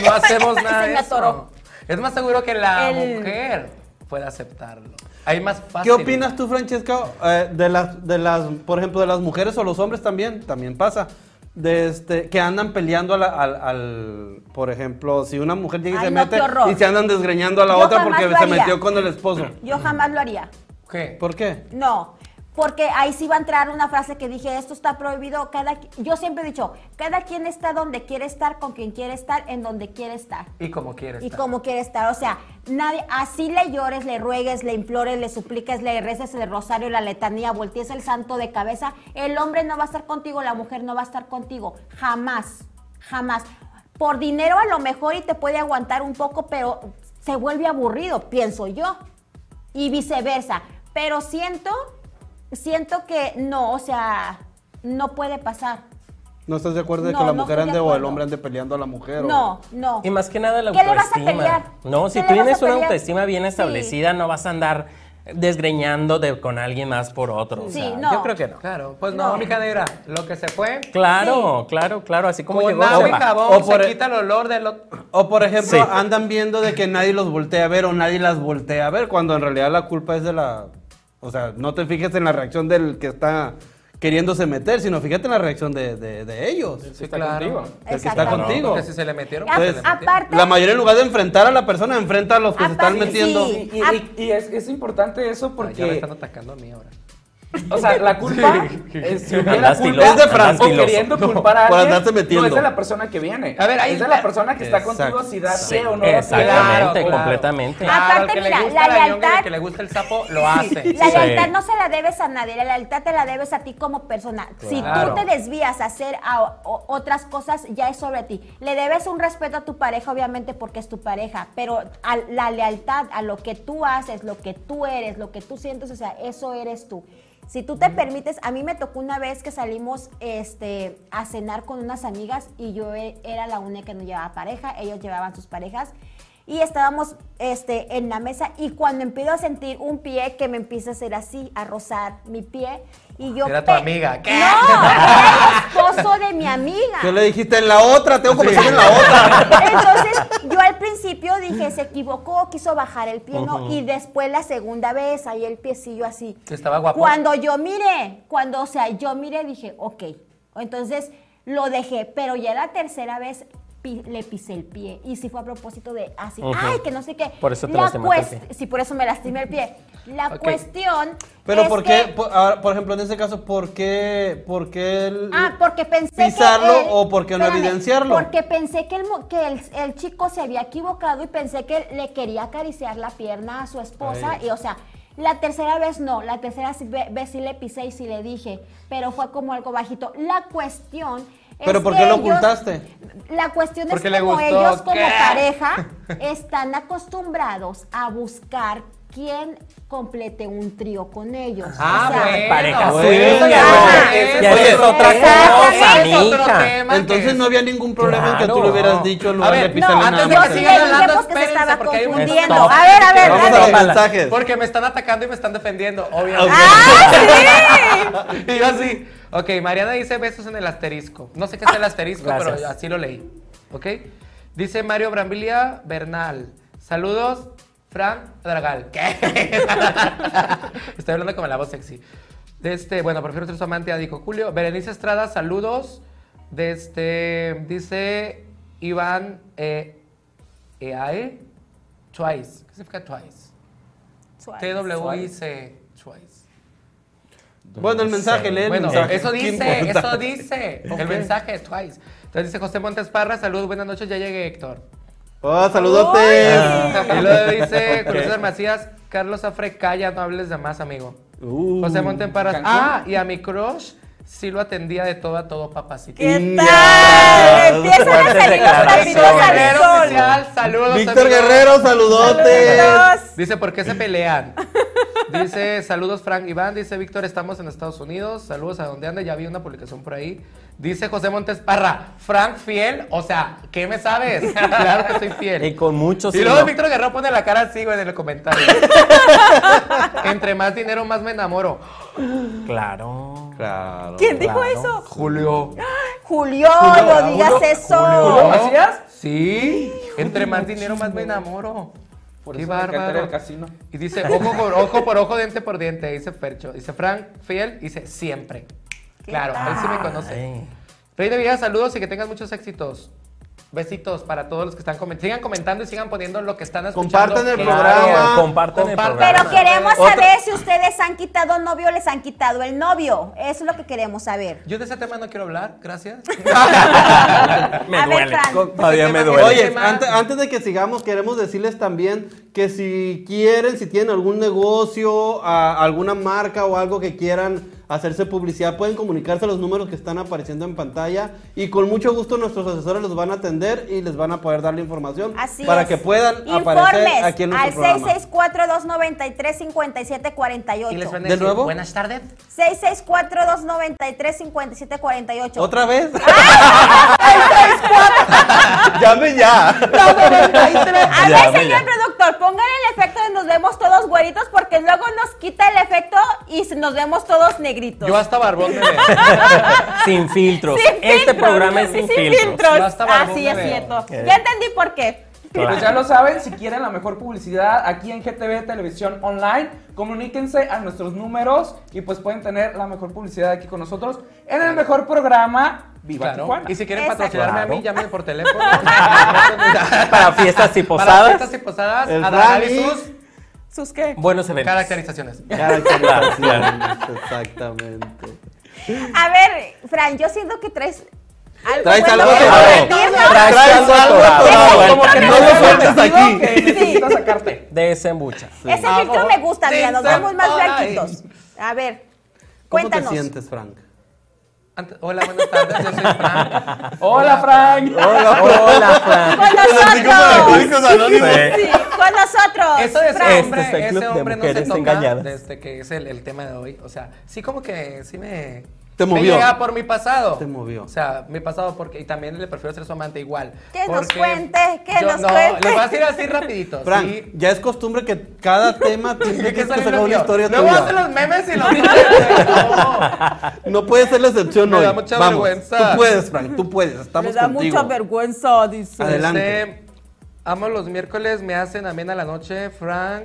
D: No hacemos nada
C: Se me
D: de
C: atoró.
D: eso. Es más seguro que la
C: El-
D: mujer pueda aceptarlo. Hay más fácil.
E: ¿Qué opinas tú, Francesca, eh, de las, de las, por ejemplo, de las mujeres o los hombres también? También pasa. De este, que andan peleando a la- al, al- por ejemplo, si una mujer llega y
C: Ay,
E: se
C: no,
E: mete
C: qué horror.
E: y se andan desgreñando a la
C: Yo
E: otra
C: jamás
E: porque
C: lo
E: se
C: haría.
E: metió con el esposo.
C: Yo jamás lo haría.
D: ¿Qué?
E: ¿Por qué?
C: No. Porque ahí sí va a entrar una frase que dije, esto está prohibido. Cada, qui- yo siempre he dicho, cada quien está donde quiere estar, con quien quiere estar, en donde quiere estar.
D: Y como quieres.
C: Y
D: tal.
C: como quiere estar, o sea, nadie, así le llores, le ruegues, le implores, le supliques, le reces el rosario, la letanía, voltees el santo de cabeza, el hombre no va a estar contigo, la mujer no va a estar contigo, jamás, jamás. Por dinero a lo mejor y te puede aguantar un poco, pero se vuelve aburrido, pienso yo, y viceversa. Pero siento, siento que no, o sea, no puede pasar.
E: ¿No estás de acuerdo de
C: No,
E: que la
C: no
E: mujer
C: estoy de
E: ande o el
C: acuerdo.
E: hombre ande peleando a la mujer? o-
C: No, no.
G: Y más que nada la
C: ¿Qué le vas a
G: autoestima.
C: pelear?
G: No,
C: ¿Qué
G: si
C: le vas
G: tú
C: a
G: tienes una
C: pelear?
G: autoestima bien
C: Sí.
G: establecida, no vas a andar desgreñando de, con alguien más por otro. o
C: Sí,
G: sea,
C: no.
G: Yo creo que no.
D: Claro, pues no,
C: No.
D: mi cadera, lo que se fue,
G: Claro, claro, claro. Así como
D: con
G: llegó,
D: agua
G: se
D: y
G: va.
D: jabón
E: O
D: se
E: por-
D: quita el olor del otro.
E: O por ejemplo,
G: Sí.
E: andan viendo de que nadie los voltea a ver o nadie las voltea a ver, cuando en realidad la culpa es de la... O sea, no te fijes en la reacción del que está queriéndose meter, sino fíjate en la reacción de, de- de ellos.
D: Sí, claro.
E: El que está
C: Exactamente.
E: contigo.
D: Porque si se le metieron,
C: A-
D: pues, se le metieron.
C: Ah, aparte,
E: La mayoría en lugar de enfrentar a la persona, enfrenta a los que se están
C: Aparte,
E: metiendo.
C: sí.
F: Y, y- y- y es, es importante eso
D: Ay, ya me
F: porque,
D: están atacando a mí ahora.
F: o sea, la culpa, eh, si hubiera
G: Andas
F: culpa,
G: filoso,
E: Es de Fran.
F: o
G: andas filoso.
F: queriendo culpar a
E: por
F: alguien,
E: andarse metiendo.
F: no es de la persona que viene.
D: A ver, ahí
F: es de
D: está.
F: la persona que está
E: Exacto.
F: contigo si da
G: Sí,
F: pie o no da pie.
G: exactamente,
D: Claro, claro.
G: completamente.
D: Claro,
C: Aparte,
D: al que
C: mira,
D: le
C: la
D: gusta la, ñonga y al
C: lealtad-
D: que le gusta el sapo, lo hace.
C: La
G: Sí.
C: lealtad no se la debes a nadie, la lealtad te la debes a ti como persona.
G: Claro.
C: Si tú te desvías a hacer a- o- otras cosas, ya es sobre ti. Le debes un respeto a tu pareja, obviamente, porque es tu pareja, pero a la lealtad, a lo que tú haces, lo que tú eres, lo que tú sientes, o sea, eso eres tú. Si tú te permites, a mí me tocó una vez que salimos este, a cenar con unas amigas y yo e- era la única que no llevaba pareja, ellos llevaban sus parejas y estábamos este, en la mesa y cuando empiezo a sentir un pie que me empieza a hacer así, a rozar mi pie y yo...
D: Era tu
C: pe-
D: amiga, ¿qué?
C: No, era el esposo de mi amiga.
E: Yo le dijiste en la otra, tengo que pensar en la otra.
C: Entonces, yo al principio dije, se equivocó, quiso bajar el pie, ¿no? Y después la segunda vez, ahí el piecillo así.
D: Estaba guapo.
C: Cuando yo miré, cuando, o sea, yo miré, dije, ok. Entonces, lo dejé, pero ya la tercera vez pi- le pisé el pie. Y sí fue a propósito de así,
G: Ujú.
C: ay, que no sé qué.
G: Por eso te
C: la
G: lastimaste el
C: cuest-
G: pie.
C: Sí, por eso me lastimé el pie. La
D: Ok.
C: cuestión
E: Pero
C: es
E: ¿por qué?
C: que-
E: Por, ahora, por ejemplo, en ese caso, ¿por qué, por qué el-
C: Ah, porque pensé
E: pisarlo
C: que él-
E: o porque no
C: Espérame,
E: evidenciarlo?
C: Porque pensé que, el, mo- que el, el chico se había equivocado y pensé que le quería acariciar la pierna a su esposa y o sea, la tercera vez no, la tercera sí ve- vez sí le pisé y sí le dije, pero fue como algo bajito. La cuestión es
E: ¿Pero por
C: que
E: qué lo
C: ellos-
E: ocultaste?
C: La cuestión es
D: Porque le
C: como
D: gustó,
C: ellos como
D: ¿qué?
C: pareja están acostumbrados a buscar quién complete un trío con ellos.
D: Ah,
C: O sea,
D: bueno.
G: Pareja
D: Bueno,
G: suya,
D: eso
C: ya
D: es-
E: ya es
D: eso
E: otra
C: cosa,
D: eso es otro
G: mija.
D: tema que
E: Entonces
D: es-
E: no había ningún problema en que tú
G: Claro.
E: le hubieras dicho en lugar
D: ver,
E: de
D: no,
E: pisarle
D: antes de
E: nada.
C: Yo
D: que
E: más.
C: sí
D: sigan
C: le dije
D: hablando,
C: pues que se
D: espérense,
C: estaba
D: porque hay un-
C: confundiendo.
G: Stop.
C: A ver, a ver,
E: Vamos
C: dale.
E: a los
G: Tómala.
E: mensajes.
D: Porque me están atacando y me están defendiendo, obviamente.
C: Ah,
D: y yo así. Ok, Mariana dice besos en el asterisco. No sé qué es el asterisco, pero
G: Gracias.
D: así lo leí. ¿Ok? Dice Mario Brambilia Bernal. Saludos, Fran Dragal. ¿Qué? Estoy hablando con la voz sexy. De este, bueno, prefiero ser su amante, dijo Julio. Berenice Estrada, saludos. De este, dice Iván eh, EAE. Twice. ¿Qué significa twice? TWIC Twice.
E: Bueno, el mensaje, lee el
D: Bueno,
E: mensaje.
D: eso
E: ¿Qué
D: dice,
E: importa?
D: eso dice. El mensaje es Twice. Entonces dice José Montes Parra, salud, buenas noches, ya llegué Héctor.
E: Oh, saludotes.
D: Y luego dice Julio César Macías, Carlos Afre, calla, no hables de más, amigo.
E: Uh.
D: José Montes Parra,
F: Cancún.
D: ah, y a mi crush sí lo atendía de todo a todo papacito.
C: ¿Qué
E: Ya.
C: tal? Empiezan a
G: Fuertes
C: salir los
G: declaraciones.
C: papitos al
D: Guerrero
C: sol.
D: oficial, saludos.
E: Víctor
D: amigos.
E: Guerrero, saludotes.
C: Saludos.
D: Dice, ¿por qué se pelean? Dice, saludos Frank Iván, dice Víctor, estamos en Estados Unidos, saludos a donde anda, ya vi una publicación por ahí. Dice José Montes Parra, Frank fiel, o sea, ¿qué me sabes? Claro que soy
G: Y
D: fiel.
G: con muchos.
D: Y luego Víctor Guerrero pone la cara así, güey, en el comentario. Entre más dinero, más me enamoro.
G: Claro.
E: Claro.
C: ¿Quién dijo
G: Claro.
C: eso?
D: Julio.
C: Julio, no digas
F: Julio.
C: eso.
F: Macías?
D: Sí. Entre más dinero, más me enamoro.
F: Por
D: Qué
F: eso me encanta ir
D: bárbaro.
F: al casino.
D: Y dice, ojo por ojo, por ojo, diente por diente, dice Percho. Dice Frank, fiel, dice siempre. Claro, él sí me conoce.
G: Ay.
D: Reina Villegas, saludos y que tengas muchos éxitos. Besitos para todos los que están comentando. Sigan comentando y sigan poniendo lo que están escuchando.
E: Compartan el
D: Claro.
E: programa.
G: compartan el
D: Compartan.
G: programa.
C: Pero queremos
E: Otra-
C: saber si ustedes han quitado novio o les han quitado el novio. Eso es lo que queremos saber.
D: Yo de ese tema no quiero hablar, gracias.
G: Me
C: a ver,
G: duele.
C: Fran.
D: Todavía me duele.
E: Oye,
D: tema-
E: antes, antes de que sigamos, queremos decirles también que si quieren, si tienen algún negocio, a- alguna marca o algo que quieran hacerse publicidad, pueden comunicarse a los números que están apareciendo en pantalla y con mucho gusto nuestros asesores los van a atender y les van a poder dar la información
C: Así
E: para
C: es.
E: que puedan
C: Informes
E: aparecer aquí en
C: al
E: nuestro programa.
C: 664-293-5748.
D: Y les van a
E: ¿De
D: decir,
E: nuevo?
D: buenas tardes.
C: 664-293-5748.
E: ¿Otra vez?
C: Ah.
E: ¡Llame ya!
C: A
A: Ya,
C: ver,
A: venga.
C: señor productor, póngale el efecto de nos vemos todos güeritos porque luego nos quita el efecto y nos vemos todos negritos.
D: Yo hasta barbón me veo.
G: Sin filtros.
C: Sin
G: este
C: filtros,
G: programa es sin, filtros.
D: Yo hasta barbón
C: Así
D: me
C: es
D: veo.
C: cierto. Ya entendí por qué.
G: Claro.
F: Pues ya lo saben, si quieren la mejor publicidad aquí en GTV Televisión Online, comuníquense a nuestros números y pues pueden tener la mejor publicidad aquí con nosotros en el mejor programa Viva
D: Claro.
F: Tijuana.
D: Y si quieren
C: Exacto.
D: patrocinarme a mí,
G: Claro.
D: llamen por teléfono. Para
G: Para fiestas y posadas.
D: fiestas y posadas,
E: El
D: a dar
E: rally.
D: sus
C: ¿Sus qué?
G: Buenos eventos.
D: caracterizaciones.
E: Caracterizaciones, exactamente.
C: A ver, Fran, yo siento que traes algo
E: Traes
C: bueno
E: algo
C: que
E: atorado.
C: compartirnos.
G: Traes algo atorado.
F: Como que
E: No lo
F: tengo
E: sueltes
F: sentido
E: aquí.
F: que necesito sacarte.
G: Desembucha.
C: Ese
D: Ah,
C: filtro
D: oh,
C: me gusta, mira, nos
D: tensa.
C: vemos más
D: Ay.
C: blanquitos. A ver,
E: ¿Cómo te
C: cuéntanos.
E: sientes, Frank?
D: Ante- hola, buenas tardes, yo soy Fran.
F: Hola, Frank. Ah,
G: Hola, Fran.
C: Con nosotros.
G: Sí.
C: Sí, con nosotros.
D: Eso de ese
C: Fran.
D: hombre,
G: Este es el
D: ese
G: club de
D: hombre no se
G: mujeres
D: toca
G: engañadas.
D: desde que es el, el tema de hoy. O sea, sí como que sí me...
E: Te
D: me
E: movió.
D: llega por mi pasado.
E: Te movió.
D: O sea, mi pasado porque... Y también le prefiero ser su amante igual.
C: Que nos
D: Porque
C: cuente, que nos
D: no,
C: cuente.
D: les voy a decir así rapidito.
E: Frank,
D: sí.
E: ya es costumbre que cada tema tiene
D: Tiene
E: que
D: que salir
E: sacar
D: lo
E: una
D: mío.
E: historia
D: Luego hacen
E: tuya.
D: los memes y los memes.
E: No puede ser la excepción
D: Me
E: hoy.
D: da mucha
E: Vamos,
D: vergüenza.
E: Tú puedes, Frank, tú puedes. Estamos
C: Les da
E: contigo.
C: mucha vergüenza, dice.
E: Adelante.
D: Este, amo los miércoles, me hacen amén a la noche. Frank,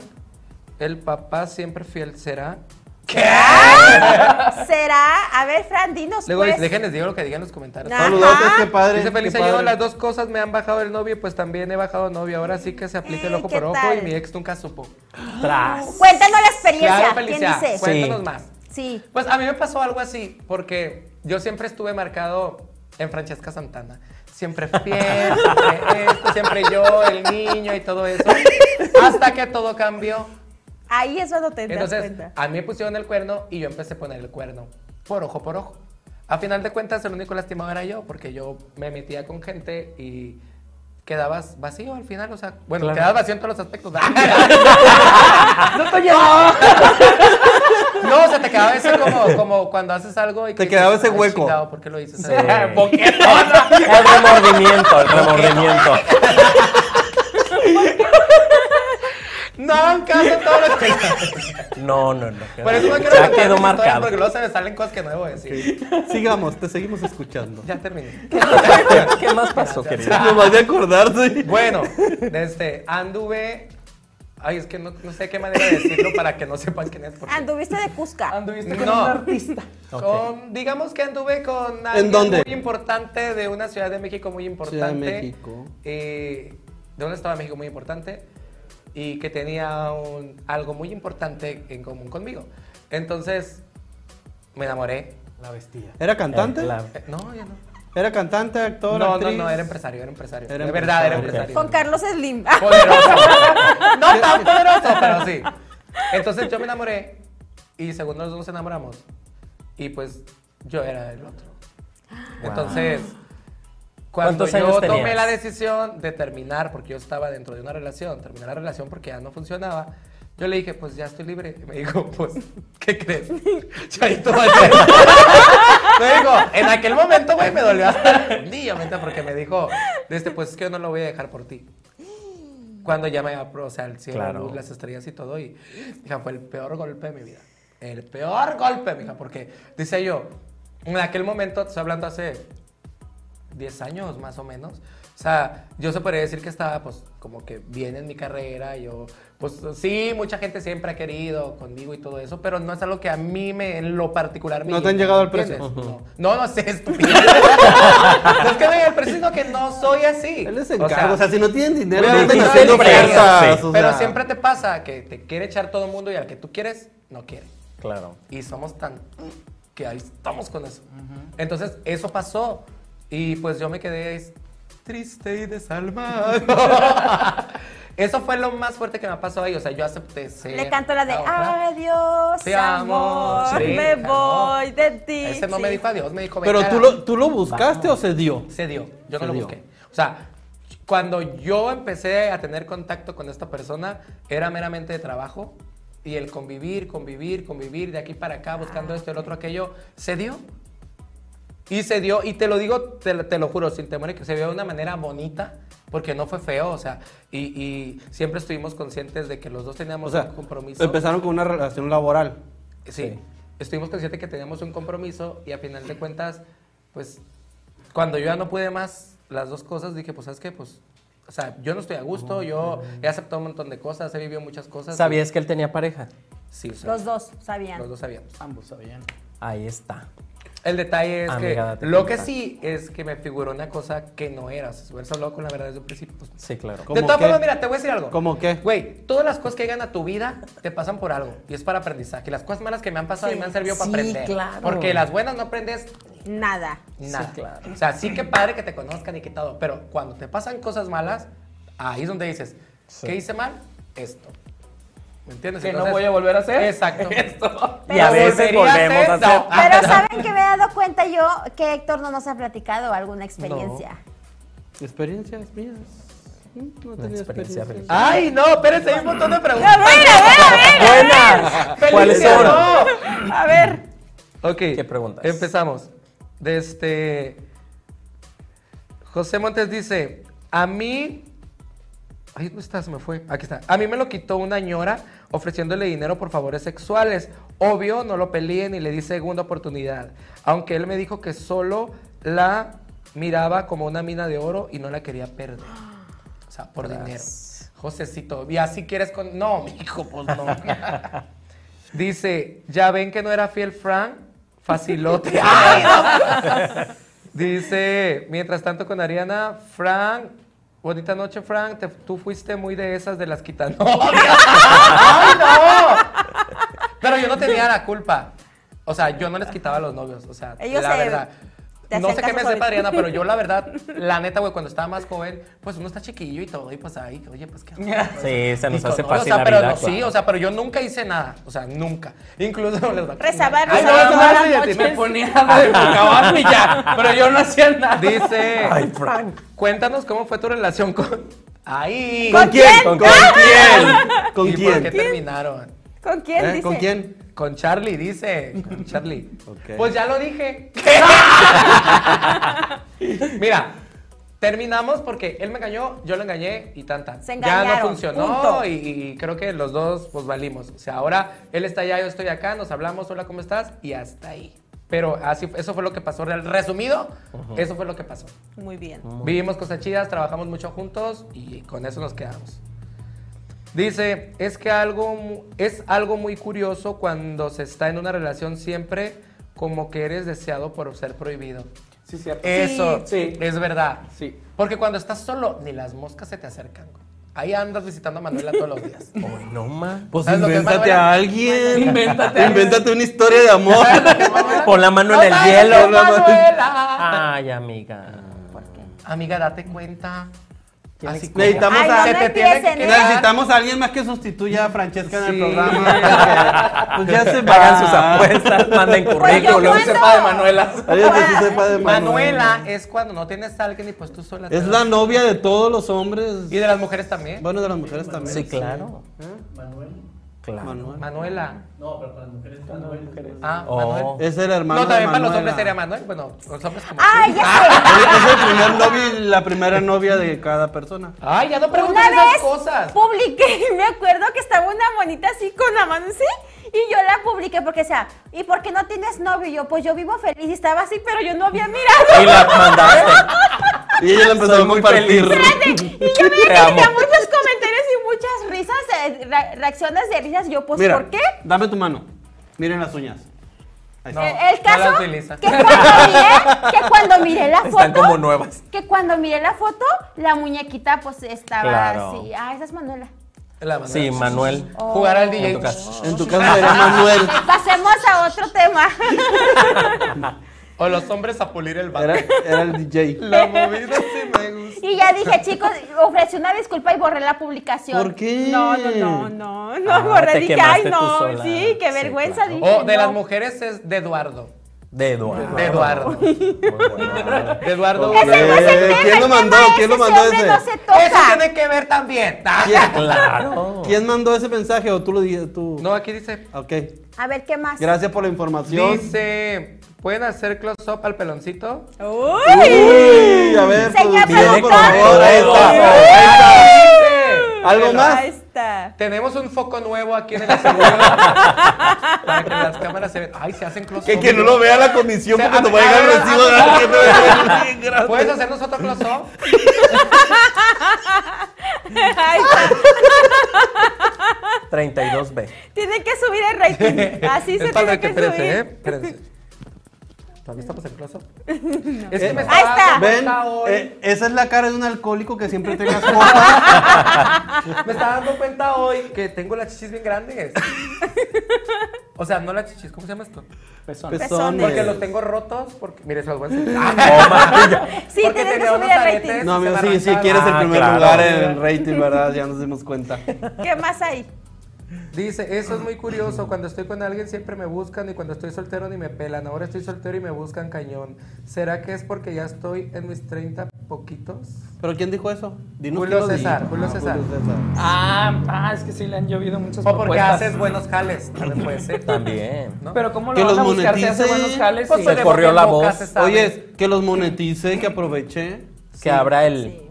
D: el papá siempre fiel será.
C: ¿Será? A ver, Fran, dinos
D: Luego,
C: pues.
D: déjenles digo lo que digan en los comentarios.
C: Nah.
E: Saludotes,
C: Ajá.
E: qué padre.
D: Dice feliz
E: qué
D: año,
E: padre.
D: las dos cosas me han bajado el novio, pues también he bajado novio. Ahora sí que se aplica el
C: Eh,
D: ojo
C: ¿qué
D: por ojo
C: tal?
D: y mi ex nunca supo.
G: Tras.
C: Cuéntanos la experiencia.
D: Claro,
C: ¿Quién
D: Felicia,
C: dice?
G: fue-
D: cuéntanos
G: Sí.
D: más.
C: Sí.
D: Pues a mí me pasó algo así, porque yo siempre estuve marcado en Francesca Santana. Siempre fiel, siempre esto, siempre yo, el niño y todo eso. Hasta que todo cambió.
C: Ahí es cuando te das
D: Entonces, ah,
C: cuenta.
D: a mí me pusieron el cuerno y yo empecé a poner el cuerno por ojo por ojo. A final de cuentas, el único lastimado era yo, porque yo me metía con gente y quedabas vacío al final. O sea, bueno,
G: Claro.
D: quedabas vacío en todos los aspectos. no te No, o sea, te quedaba ese como, como cuando haces algo y
E: Te
D: que
E: quedaba
D: dices,
E: ese
D: "Ay,
E: hueco".
D: chingado, ¿Por qué lo dices?
G: El remordimiento, el remordimiento.
D: No, casi todos los
G: No, no, no.
D: Por eso no quiero
G: ya
D: contar mis
G: quedó
D: historias,
G: marcado.
D: Porque luego se me salen cosas que no debo decir.
E: Sigamos, te seguimos escuchando.
D: Ya terminé.
G: ¿Qué más pasó, querida?
E: Nomás de
G: Eh,
E: acordarse.
D: Bueno, este, anduve. Ay, es que no, no sé qué manera de decirlo para que no sepan quién es. porque-
C: Anduviste de Cusca.
F: Anduviste con
D: No.
F: un artista.
D: Con- digamos que anduve con alguien
E: dónde?
D: muy importante de una ciudad de México muy importante.
E: Ciudad de México.
D: eh, de un estado de México muy importante. Y que tenía un- algo muy importante en común conmigo. Entonces, me enamoré. La vestía.
E: ¿Era cantante?
G: La-
D: no, ya no.
E: ¿Era cantante, actor,
D: No, no,
E: actriz?
D: no, era empresario, era empresario.
E: Era
D: de verdad, era
E: empresario.
D: empresario.
C: Con Carlos Slim.
D: Poderoso. No tan poderoso, pero sí. Entonces yo me enamoré y según nosotros nos enamoramos. Y pues yo era el otro. Entonces, cuando
G: ¿Cuántos años
D: yo tomé
G: tenías?
D: la decisión de terminar, porque yo estaba dentro de una relación, terminar la relación porque ya no funcionaba, yo le dije, pues ya estoy libre. Y me dijo, pues, ¿qué crees? Chaito Valdés. Me dijo, en aquel momento, güey, me dolió hasta el día, neta, porque me dijo, este, pues es que yo no lo voy a dejar por ti. Cuando ya me apro, o sea, el cielo,
G: Claro.
D: luz, las estrellas y todo, y, mija, fue el peor golpe de mi vida. El peor golpe, mija, porque, dice yo, en aquel momento, te estoy hablando hace 10 años más o menos, O sea, yo se podría decir que estaba, pues, como que bien en mi carrera. Yo, pues, sí, mucha gente siempre ha querido conmigo y todo eso, pero no es algo que a mí, me, en lo particular, me
E: No te han
D: llegue,
E: llegado al precio.
D: ¿entiendes? No, no, no sé, estúpido. no es que me llegue al precio, sino que no soy así.
E: Él les
D: O sea,
E: encarga. O sea, si no tienen dinero,
D: Pero
E: no
D: siempre-
E: haciendo
D: siempre-
E: ofertas. o
D: Pero
E: sea.
D: siempre te pasa que te quiere echar todo el mundo y al que tú quieres, no quiere.
G: Claro.
D: Y somos tan que ahí estamos con eso. Entonces, eso pasó. Y pues yo me quedé es- triste y desalmado. eso fue lo más fuerte que me ha pasado ahí. O sea, yo acepté ser.
C: Le canto la de
D: otra.
C: adiós,
D: Te amo,
C: amor,
D: sí,
C: me
D: amor.
C: voy de ti.
D: Ese no me
C: Sí.
D: dijo adiós, me dijo
E: Pero
D: "Vete a
E: tú
D: la-".
E: lo, tú lo buscaste o se dio.
D: Se dio, yo
E: Se
D: no lo
E: dio.
D: busqué. O sea, cuando yo empecé a tener contacto con esta persona, era meramente de trabajo. Y el convivir, convivir, convivir, de aquí para acá, buscando esto, el otro, aquello, se dio. Y se dio, y te lo digo, te, lo- te lo juro, sin temor, a que se vio de una manera bonita, porque no fue feo, o sea, y, y siempre estuvimos conscientes de que los dos teníamos
E: O sea,
D: un compromiso.
E: empezaron con una relación laboral.
D: Sí. Estuvimos conscientes que teníamos un compromiso y a final de cuentas, pues, cuando yo ya no pude más las dos cosas, dije, pues, ¿sabes qué? Pues, o sea, yo no estoy a gusto, yo he aceptado un montón de cosas, he vivido muchas cosas.
G: ¿Sabías que él tenía pareja?
D: Sí, sí,
C: Los dos sabían.
D: los dos sabíamos.
F: Ambos sabían.
G: Ahí está.
D: El detalle es
G: Amiga, date
D: que lo que
G: cuenta.
D: sí es que me figuró una cosa que no era. O sea, si hubieras hablado con la verdad desde un principio, pues,
G: Sí, claro.
E: ¿Cómo
D: De todas
E: qué?
D: formas, mira, te voy a decir algo.
E: ¿Cómo qué?
D: Güey, todas las cosas que llegan a tu vida te pasan por algo. Y es para aprendizaje. Las cosas malas que me han pasado y me han servido para
G: Sí,
D: aprender.
G: claro.
D: Porque las buenas no aprendes
C: Nada.
D: nada.
G: claro.
D: O sea, sí que padre que te conozcan y que todo. Pero cuando te pasan cosas malas, ahí es donde dices, ¿qué hice mal? Esto. ¿Me entiendes?
F: Que no
D: Entonces-
F: voy a volver a hacer
D: Exacto.
F: esto.
G: Y a veces
D: ¿Volverías
G: volvemos a
D: eso?
G: hacer.
C: Pero saben que me he dado cuenta yo que Héctor no nos ha platicado alguna experiencia.
E: Experiencias mías. No tenía
G: experiencia
E: experiencia.
G: feliz.
D: Ah, Ay, no, espérense, hay un montón de preguntas.
C: A ver, a ver, a ver,
G: ¡Buena! ¿Cuáles
D: Ah, Felicidades.
G: son?
C: a ver.
D: Ok.
G: ¿Qué preguntas?
D: Empezamos. De este. José Montes dice: A mí. Ay, ¿dónde está? Se me fue. Aquí está. A mí me lo quitó una ñora ofreciéndole dinero por favores sexuales. Obvio, no lo peleé ni le di segunda oportunidad. Aunque él me dijo que solo la miraba como una mina de oro y no la quería perder. O sea, por dinero. Josecito, y así quieres con. No, mijo, pues no. Dice, ya ven que no era fiel Frank, facilote. Ay, no. Dice, mientras tanto con Ariana, Frank, bonita noche Frank, te- tú fuiste muy de esas de las quitanovias. ¡Ay, no! Pero yo no tenía la culpa. O sea, yo no les quitaba a los novios, o sea,
C: Ellos
D: la
C: se-
D: verdad.
C: te
D: No sé
C: acercan
D: qué me
C: solito.
D: sepa Ariana, pero yo la verdad, la neta, güey, cuando estaba más joven, pues uno está chiquillo y todo, y pues ahí, oye, pues qué...
G: Sí, se nos
D: Listo,
G: hace
D: ¿no?
G: fácil
D: o sea,
G: la
D: pero
G: vida.
D: no, sí,
G: claro.
D: o sea, pero yo nunca hice nada, o sea, nunca. Incluso les da-
C: Rezaba,
D: Ay, no,
C: rezaba todas
D: no, no,
C: las
D: ya te-
C: noches.
D: me
F: Me
D: pone-
F: ponía de boca abajo y ya. Pero yo no hacía nada.
D: Dice,
G: Ay, Frank.
D: cuéntanos cómo fue tu relación con ahí.
C: ¿Con quién?
E: ¿Con,
C: ¿Con,
E: quién? ¿Con
D: ¿Y por qué
E: quién?
D: terminaron?
C: ¿Con quién?
E: ¿Eh?
C: Dice.
E: ¿Con quién?
D: Con Charlie, dice. Con Charlie.
E: Ok.
D: Pues ya lo dije. Mira, terminamos porque él me engañó, yo lo engañé y tanta.
C: Se
D: ya no
C: engañaron, punto.
D: funcionó y, y creo que los dos pues valimos. O sea, ahora él está allá, yo estoy acá, nos hablamos, hola, ¿cómo estás? Y hasta ahí. Pero así, eso fue lo que pasó. real- Resumido, eso fue lo que pasó.
C: Muy bien.
D: Vivimos cosas chidas, trabajamos mucho juntos y con eso nos quedamos. Dice, es que algo mu- es algo muy curioso cuando se está en una relación siempre como que eres deseado por ser prohibido.
F: Sí, cierto.
D: Eso
F: Sí.
D: es verdad.
F: Sí.
D: Porque cuando estás solo, ni las moscas se te acercan. güey. Ahí andas visitando a Manuela todos los días.
G: Ay, no ma.
E: Pues
D: ¿Sabes lo que es
E: invéntate
D: Manuela?
E: a alguien.
F: Invéntate a
E: Invéntate una historia de amor.
G: Pon la mano
D: ¡No
G: en el
D: sabes,
G: hielo.
D: Manuela!
G: Ay, amiga.
D: Amiga, date cuenta.
G: ¿Quién
D: Así
G: es?
D: como-
E: Necesitamos
C: Ay,
E: a-
C: no
D: Se
C: me
D: te tiene que
C: empiecen, ¿eh?
D: quedar.
E: Necesitamos a alguien más que sustituya a Francesca en
D: Sí.
E: el programa. porque, pues ya se
D: Ah.
G: Hagan sus
E: va.
G: apuestas, manden
D: Pues
C: yo
G: currículum.
C: cuando-
F: sepa de Manuela.
E: Alguien que sí sepa de
D: Manuela es cuando no tienes a alguien y pues tú sola. te
E: Es
D: das.
E: la novia de todos los hombres.
D: Y de las mujeres también.
E: Bueno, de las mujeres también.
G: Sí, claro.
D: ¿Eh?
G: Claro.
E: Manuel.
D: Manuela. No, pero para las mujeres. Ah,
G: Oh.
D: Manuel.
E: Es el hermano.
D: No, también
E: de
D: para los
E: Manuela.
D: hombres sería Manuel. Bueno, los hombres como.
C: Ah,
D: tú.
C: ya sé.
E: Es es el primer novio y la primera novia de cada persona.
D: Ay, ya no preguntes
C: Una
D: esas
C: vez
D: cosas.
C: publiqué, me acuerdo que estaba una monita así con la mano así, y yo la publiqué porque decía, ¿y por qué no tienes novio? Y yo, pues yo vivo feliz y estaba así, pero yo no había mirado.
G: Y la mandaste.
E: Y ella la empezó a
F: Soy muy
E: compartir.
F: feliz.
C: Espérate, y yo veía
F: Te
C: que
F: amo.
C: tenía muchos comentarios y muchas risas, eh, re- reacciones de risas. Yo, pues,
E: Mira,
C: ¿por qué?
E: Dame tu mano. Miren las uñas. Ahí
D: No.
E: está.
C: Eh, el
D: no
C: caso
D: las utiliza.
C: que cuando miré, que cuando miré la foto,
F: Están como nuevas.
C: que cuando miré la foto, la muñequita pues estaba
G: Claro.
C: así. Ah, esa es Manuela. Oh.
D: La Manuela.
G: Sí, Manuel.
D: Jugar al DJ.
G: En tu casa.
E: En tu caso sería Manuel.
C: Pasemos a otro tema.
D: O los hombres a pulir el
E: Era,
D: bate.
E: era el DJ.
D: La movida sí me gusta.
C: Y ya dije, chicos, ofrecí una disculpa y borré la publicación.
E: ¿Por qué?
H: No, no, no, no, no,
G: Ah, te
H: borré, dije, ay,
G: quemaste tú
H: no,
G: sola.
H: sí, qué
G: Sí,
H: vergüenza,
G: claro.
H: dije,
E: Oh,
D: O de
H: no.
D: las mujeres es de Eduardo.
G: De Eduardo.
D: De Eduardo. De Eduardo.
C: Ese no es el
E: Eh,
C: tema.
E: ¿quién
C: el
E: lo
C: tema
E: mandó?
C: es
E: ¿Quién lo
C: ese
E: mandó
C: hombre
E: ese?
C: No se toca.
D: Eso tiene que ver también. Ah. Ta-
G: Claro.
E: ¿Quién mandó ese mensaje o tú lo dijiste? Tú?
D: No, aquí dice.
E: Ok.
C: A ver, ¿qué más?
E: Gracias por la información.
D: Dice. ¿Pueden hacer close-up al peloncito?
H: Uy.
E: Uy, a ver,
C: Señor
E: producción, por
C: productor.
E: favor. Ahí está. Ahí está. ¿Algo más?
H: Ahí está.
D: Tenemos un foco nuevo aquí en el aseguro. para que las cámaras se vean. Ay, se hacen close-up.
E: Que, que no lo vea la comisión
D: Se-
E: porque
D: a-
E: te va a
D: a
E: llegar
D: ver,
E: el recibo
D: a-
E: de la gente.
D: ¿Puedes hacernos otro close-up?
H: Ahí está.
G: 32B.
H: Tiene que subir el rating. Así se
D: Es para
H: tiene
D: el que
H: que
D: espérense, ¿eh?
H: subir.
D: Espérense. ¿Todavía estamos en close-up? Es que me
E: Ahí
C: está.
D: está dando vuelta
E: Eh, Ven,
D: hoy.
E: eh, esa es la cara de un alcohólico que siempre tengas copas.
D: Me estaba dando cuenta hoy que tengo las chichis bien grandes. O sea, no las chichis, ¿cómo se llama esto?
H: Pezones.
D: Porque los tengo rotos, porque. Mire, se los voy a enseñar.
E: ¿eh?
C: Sí,
D: Porque
C: tienes que
D: tenía
C: subir
D: unos
C: el rating.
D: aretes.
E: No, amigo,
D: Se me
E: sí, sí,
D: arrancaron.
E: quieres el
G: Ah,
E: primer
G: claro.
E: lugar en el rating, ¿verdad? Ya nos dimos cuenta.
C: ¿Qué más hay?
D: Dice, eso es muy curioso. Cuando estoy con alguien siempre me buscan y cuando estoy soltero ni me pelan. Ahora estoy soltero y me buscan cañón. ¿Será que es porque ya estoy en mis 30 poquitos?
E: ¿Pero quién dijo eso? Dinos
D: Julio
E: quién lo
D: César,
E: dijo.
D: Julio César.
F: Ah, ah, es que sí le han llovido muchas
D: O porque
F: propuestas.
D: haces buenos jales. También puede ser.
G: También.
D: ¿no?
F: Pero cómo
E: Que
F: lo van a
E: los
F: buscar si hace
E: moneticen.
F: buenos jales
D: Pues
F: y-
D: se
G: le corrió
D: boca en
G: la
D: boca
G: voz.
D: se Ah, sabe.
E: Oye, que los monetice, que aproveche.
G: Que habrá el.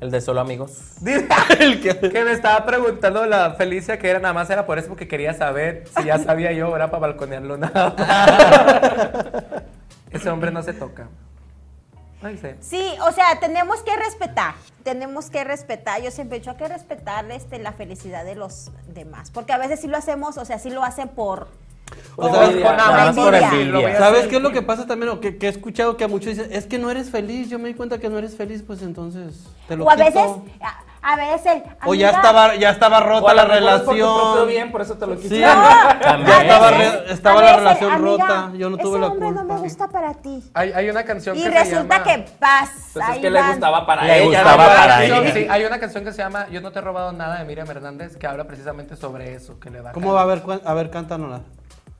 G: El de solo amigos.
D: Dice que me estaba preguntando la Felicia que era nada más era por eso porque quería saber si ya sabía yo, era para balconearlo nada. más. Ese hombre no se toca. Ay, sí.
C: Sí, o sea, tenemos que respetar, tenemos que respetar, yo siempre he dicho, hay que respetar este, la felicidad de los demás, porque a veces sí lo hacemos, o sea, sí lo hacen por...
E: O
D: O
E: sea,
D: Pues con
E: nada
D: amor,
C: más por
D: sí, lo
G: envidia.
D: voy a
E: ¿Sabes
D: hacer.
E: qué es lo que pasa también? O que, que he escuchado que a muchos dicen, es que no eres feliz, yo me di cuenta que no eres feliz, pues entonces te lo
C: O a
E: quito".
C: veces, a, a veces... el,
E: O ya
C: "Amiga,
E: estaba, ya estaba
F: O
E: rota
F: a
E: la
F: lo mejor es por tu propio
E: relación.
F: bien, por eso te lo quité.
E: Sí,
G: También.
E: ya estaba,
G: A
E: re-
G: veces-
E: estaba
C: a
E: la
C: veces,
E: relación
C: "Amiga,
E: rota, yo no tuve la
C: Ese
E: culpa.
C: hombre no me gusta para ti.
D: Hay, hay una canción
C: Y
D: que se
C: resulta
D: llama... Pues
C: que pasa.
F: Entonces, ¿qué le gustaba para
G: Le
F: ella?
G: gustaba
F: ¿verdad?
G: para
D: Hay una
G: ella.
D: canción- sí, hay una canción que se llama Yo no te he robado nada de Miriam Hernández que habla precisamente sobre eso, que le va a
E: ¿Cómo va a ver? cuán- A ver, cántanosla.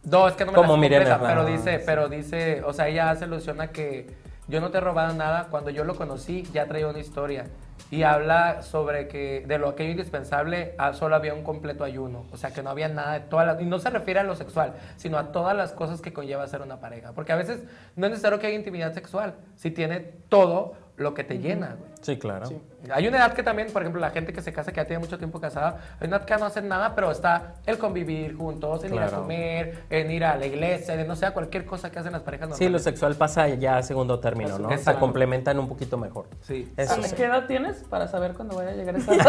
D: No, es que no me
G: Como
D: la sé
G: Miriam
D: completa, pero
G: Hernández.
D: dice, pero dice, o sea, ella hace alusión a que yo no te he robado nada, cuando yo lo conocí ya traía una historia y habla sobre que de lo aquello indispensable ah, solo había un completo ayuno, o sea, que no había nada de todas las y no se refiere a lo sexual, sino a todas las cosas que conlleva ser una pareja, porque a veces no es necesario que haya intimidad sexual, si tiene todo lo que te llena, güey.
G: Sí, claro.
D: Hay una edad que también, por ejemplo, la gente que se casa, que ya tiene mucho tiempo casada, hay una edad que no hacen nada, pero está el convivir juntos, en ir a
G: Claro.
D: comer, en ir a la iglesia, en no sea cualquier cosa que hacen las parejas
G: Sí, lo
D: normales.
G: sexual pasa ya a segundo término, ¿no? Se
D: Exacto.
G: complementan un poquito mejor.
D: Sí, sí.
G: Eso sí.
F: ¿Qué edad tienes para saber cuándo vaya a llegar esa edad?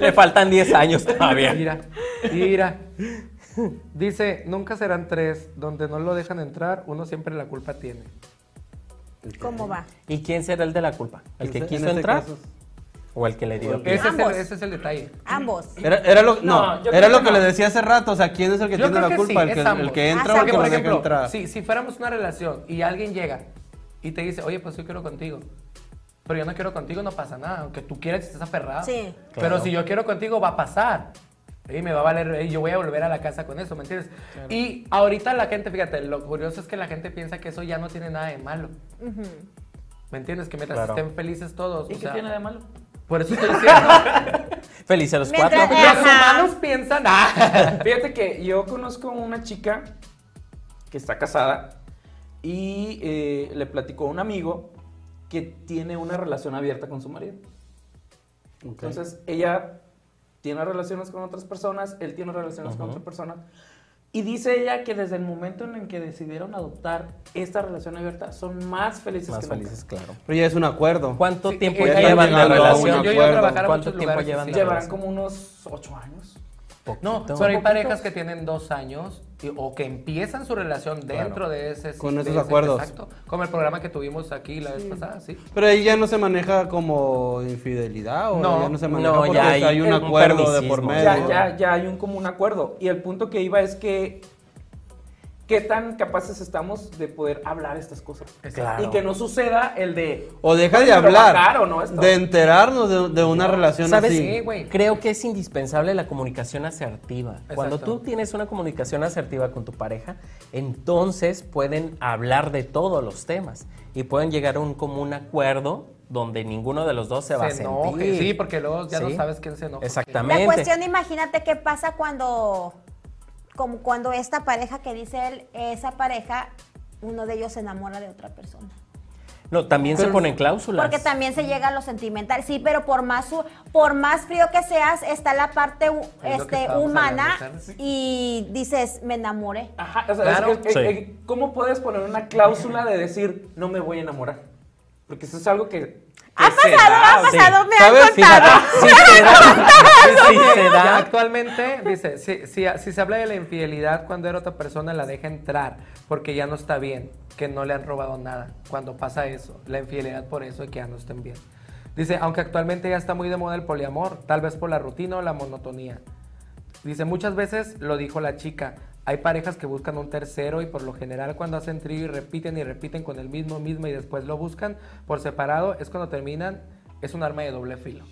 G: Le faltan 10 años todavía.
D: Mira, mira. Dice, nunca serán tres, donde no lo dejan entrar, uno siempre la culpa tiene.
C: ¿Cómo va?
G: ¿Y quién será el de la culpa? ¿El que
E: En
G: quiso
E: este
G: entrar?
E: caso.
G: ¿O el que le dio?
D: Ese Pues, es, el,
C: Ambos.
D: ese es el detalle.
C: Ambos.
E: Era, era lo,
F: No,
E: no,
F: yo
E: era
F: creo
E: lo
F: que
E: que,
F: no.
E: le decía hace rato, o sea, ¿quién es el que
D: Yo
E: tiene
D: creo
E: la
D: que
E: culpa?
D: sí,
E: el, que,
D: es
E: el
D: ambos.
E: que
C: Ah,
E: entra o el
D: Porque,
E: que
D: por
E: no deja
D: ejemplo,
E: entrar.
D: si, si fuéramos una relación y alguien llega y te dice, oye, pues yo quiero contigo, pero yo no quiero contigo, no pasa nada. Aunque tú quieras, estés aferrado.
C: Sí.
D: Pero si yo quiero contigo, va a pasar. Y me va a valer, y yo voy a volver a la casa con eso, ¿me entiendes? Y ahorita la gente, fíjate, lo curioso es que la gente piensa que eso ya no tiene nada de malo. ¿Me entiendes? Que mientras
G: Claro.
D: estén felices todos.
F: ¿Y
D: o
F: qué
D: sea,
F: tiene de malo?
D: Por eso estoy diciendo.
G: Feliz a los
C: Mientras-
G: cuatro.
D: los
C: Ajá.
D: humanos piensan. ah.
F: Fíjate que yo conozco una chica que está casada y eh, le platicó a un amigo que tiene una relación abierta con su marido. Entonces ella tiene relaciones con otras personas, él tiene relaciones con otras personas, Y dice ella que desde el momento en el que decidieron adoptar esta relación abierta, son más felices
G: Más
F: que nunca.
G: felices, claro.
E: Pero ya es un acuerdo.
G: ¿Cuánto
D: Sí,
G: tiempo
D: eh,
E: ya
G: llevan de
E: llegaron a un
G: relación?
E: Yo iba a
D: trabajar a
G: ¿Cuánto
D: muchos
G: tiempo
D: lugares,
G: llevan
D: sí.
G: de
F: Llevarán
G: relación?
F: como unos ocho años.
D: No,
G: Poquito.
D: pero hay parejas que tienen dos años y- o que empiezan su relación dentro de ese...
E: Con
D: de
E: esos
D: ese-
E: acuerdos.
D: Exacto, como el programa que tuvimos aquí la vez pasada, sí.
E: Pero ahí ya no se maneja como infidelidad o
D: No,
E: ya no se maneja
G: no,
E: porque
G: ya hay
E: hay un
G: un
E: acuerdo de
G: permisismo.
E: por
G: Ya,
E: medio.
F: Ya, ya, ya hay un común acuerdo. Y el punto que iba es que qué tan capaces estamos de poder hablar estas cosas.
G: Exacto.
F: Y que no suceda el de...
E: O deja de
F: "Oye, pero va
E: hablar,
F: caro, ¿no? Esto".
E: de enterarnos de, de una relación
G: ¿Sabes
E: así.
D: qué, güey?
G: Creo que es indispensable la comunicación asertiva. Cuando
D: Exacto.
G: tú tienes una comunicación asertiva con tu pareja, entonces pueden hablar de todos los temas y pueden llegar a un común acuerdo donde ninguno de los dos se, va a
D: Se
G: sentir.
D: enoje, sí, porque luego ya no sabes quién se enoja.
G: Exactamente.
C: La cuestión, imagínate qué pasa cuando, como cuando esta pareja que dice él, esa pareja, uno de ellos se enamora de otra persona.
G: No, también se ponen cláusulas.
C: Porque también se llega a lo sentimental, sí, pero por más su- por más frío que seas, está la parte hu-
D: Es lo que
C: este,
D: estábamos
C: humana
D: hablando, ¿sabes?
C: y dices, me enamoré.
F: Ajá, o sea, es
D: Claro.
F: que, eh,
G: Sí.
F: eh, ¿cómo puedes poner una cláusula de decir no me voy a enamorar? Porque eso es algo que... que
E: Ah,
C: Ha
F: se
C: pasado,
F: da,
C: ha
F: o sea,
C: pasado, me han
E: ¿Sabes?
C: contado.
G: Sí se da. Sí se
D: Ya
G: da.
D: actualmente dice, si, si- si se habla de la infidelidad cuando era otra persona, la deja entrar porque ya no está bien, que no le han robado nada. Cuando pasa eso, la infidelidad por eso y que ya no estén bien. Dice, aunque actualmente ya está muy de moda el poliamor, tal vez por la rutina o la monotonía. Dice, muchas veces lo dijo la chica. Hay parejas que buscan un tercero y por lo general cuando hacen trío y repiten y repiten con el mismo, mismo y después lo buscan por separado, es cuando terminan, es un arma de doble filo.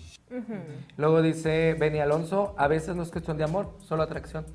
D: Luego dice Benny Alonso, a veces no es cuestión de amor, solo atracción.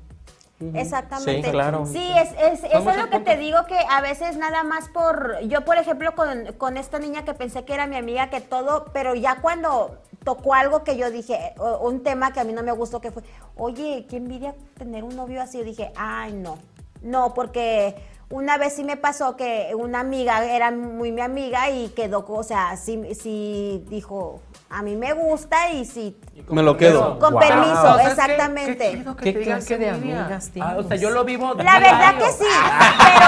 C: Exactamente.
G: Sí, claro.
C: Sí, es, es, eso es
D: muchos
C: lo que
D: puntos.
C: te digo que a veces nada más por. Yo, por ejemplo, con, con esta niña que pensé que era mi amiga, que todo, pero ya cuando tocó algo que yo dije, o- un tema que a mí no me gustó, que fue, oye, qué envidia tener un novio así. Yo dije, ay, no. No, porque una vez sí me pasó que una amiga era muy mi amiga y quedó, o sea, sí, sí dijo, a mí me gusta y sí.
E: Me lo quedo.
C: Con
G: Wow.
C: permiso,
D: No, ¿sabes qué?
C: exactamente.
D: Qué chido que
G: ¿Qué
D: te digan
G: clase
D: qué
G: de
D: envidia.
G: amigas
D: Ah, o sea,
G: tienes?
D: yo lo vivo
C: La verdad que sí,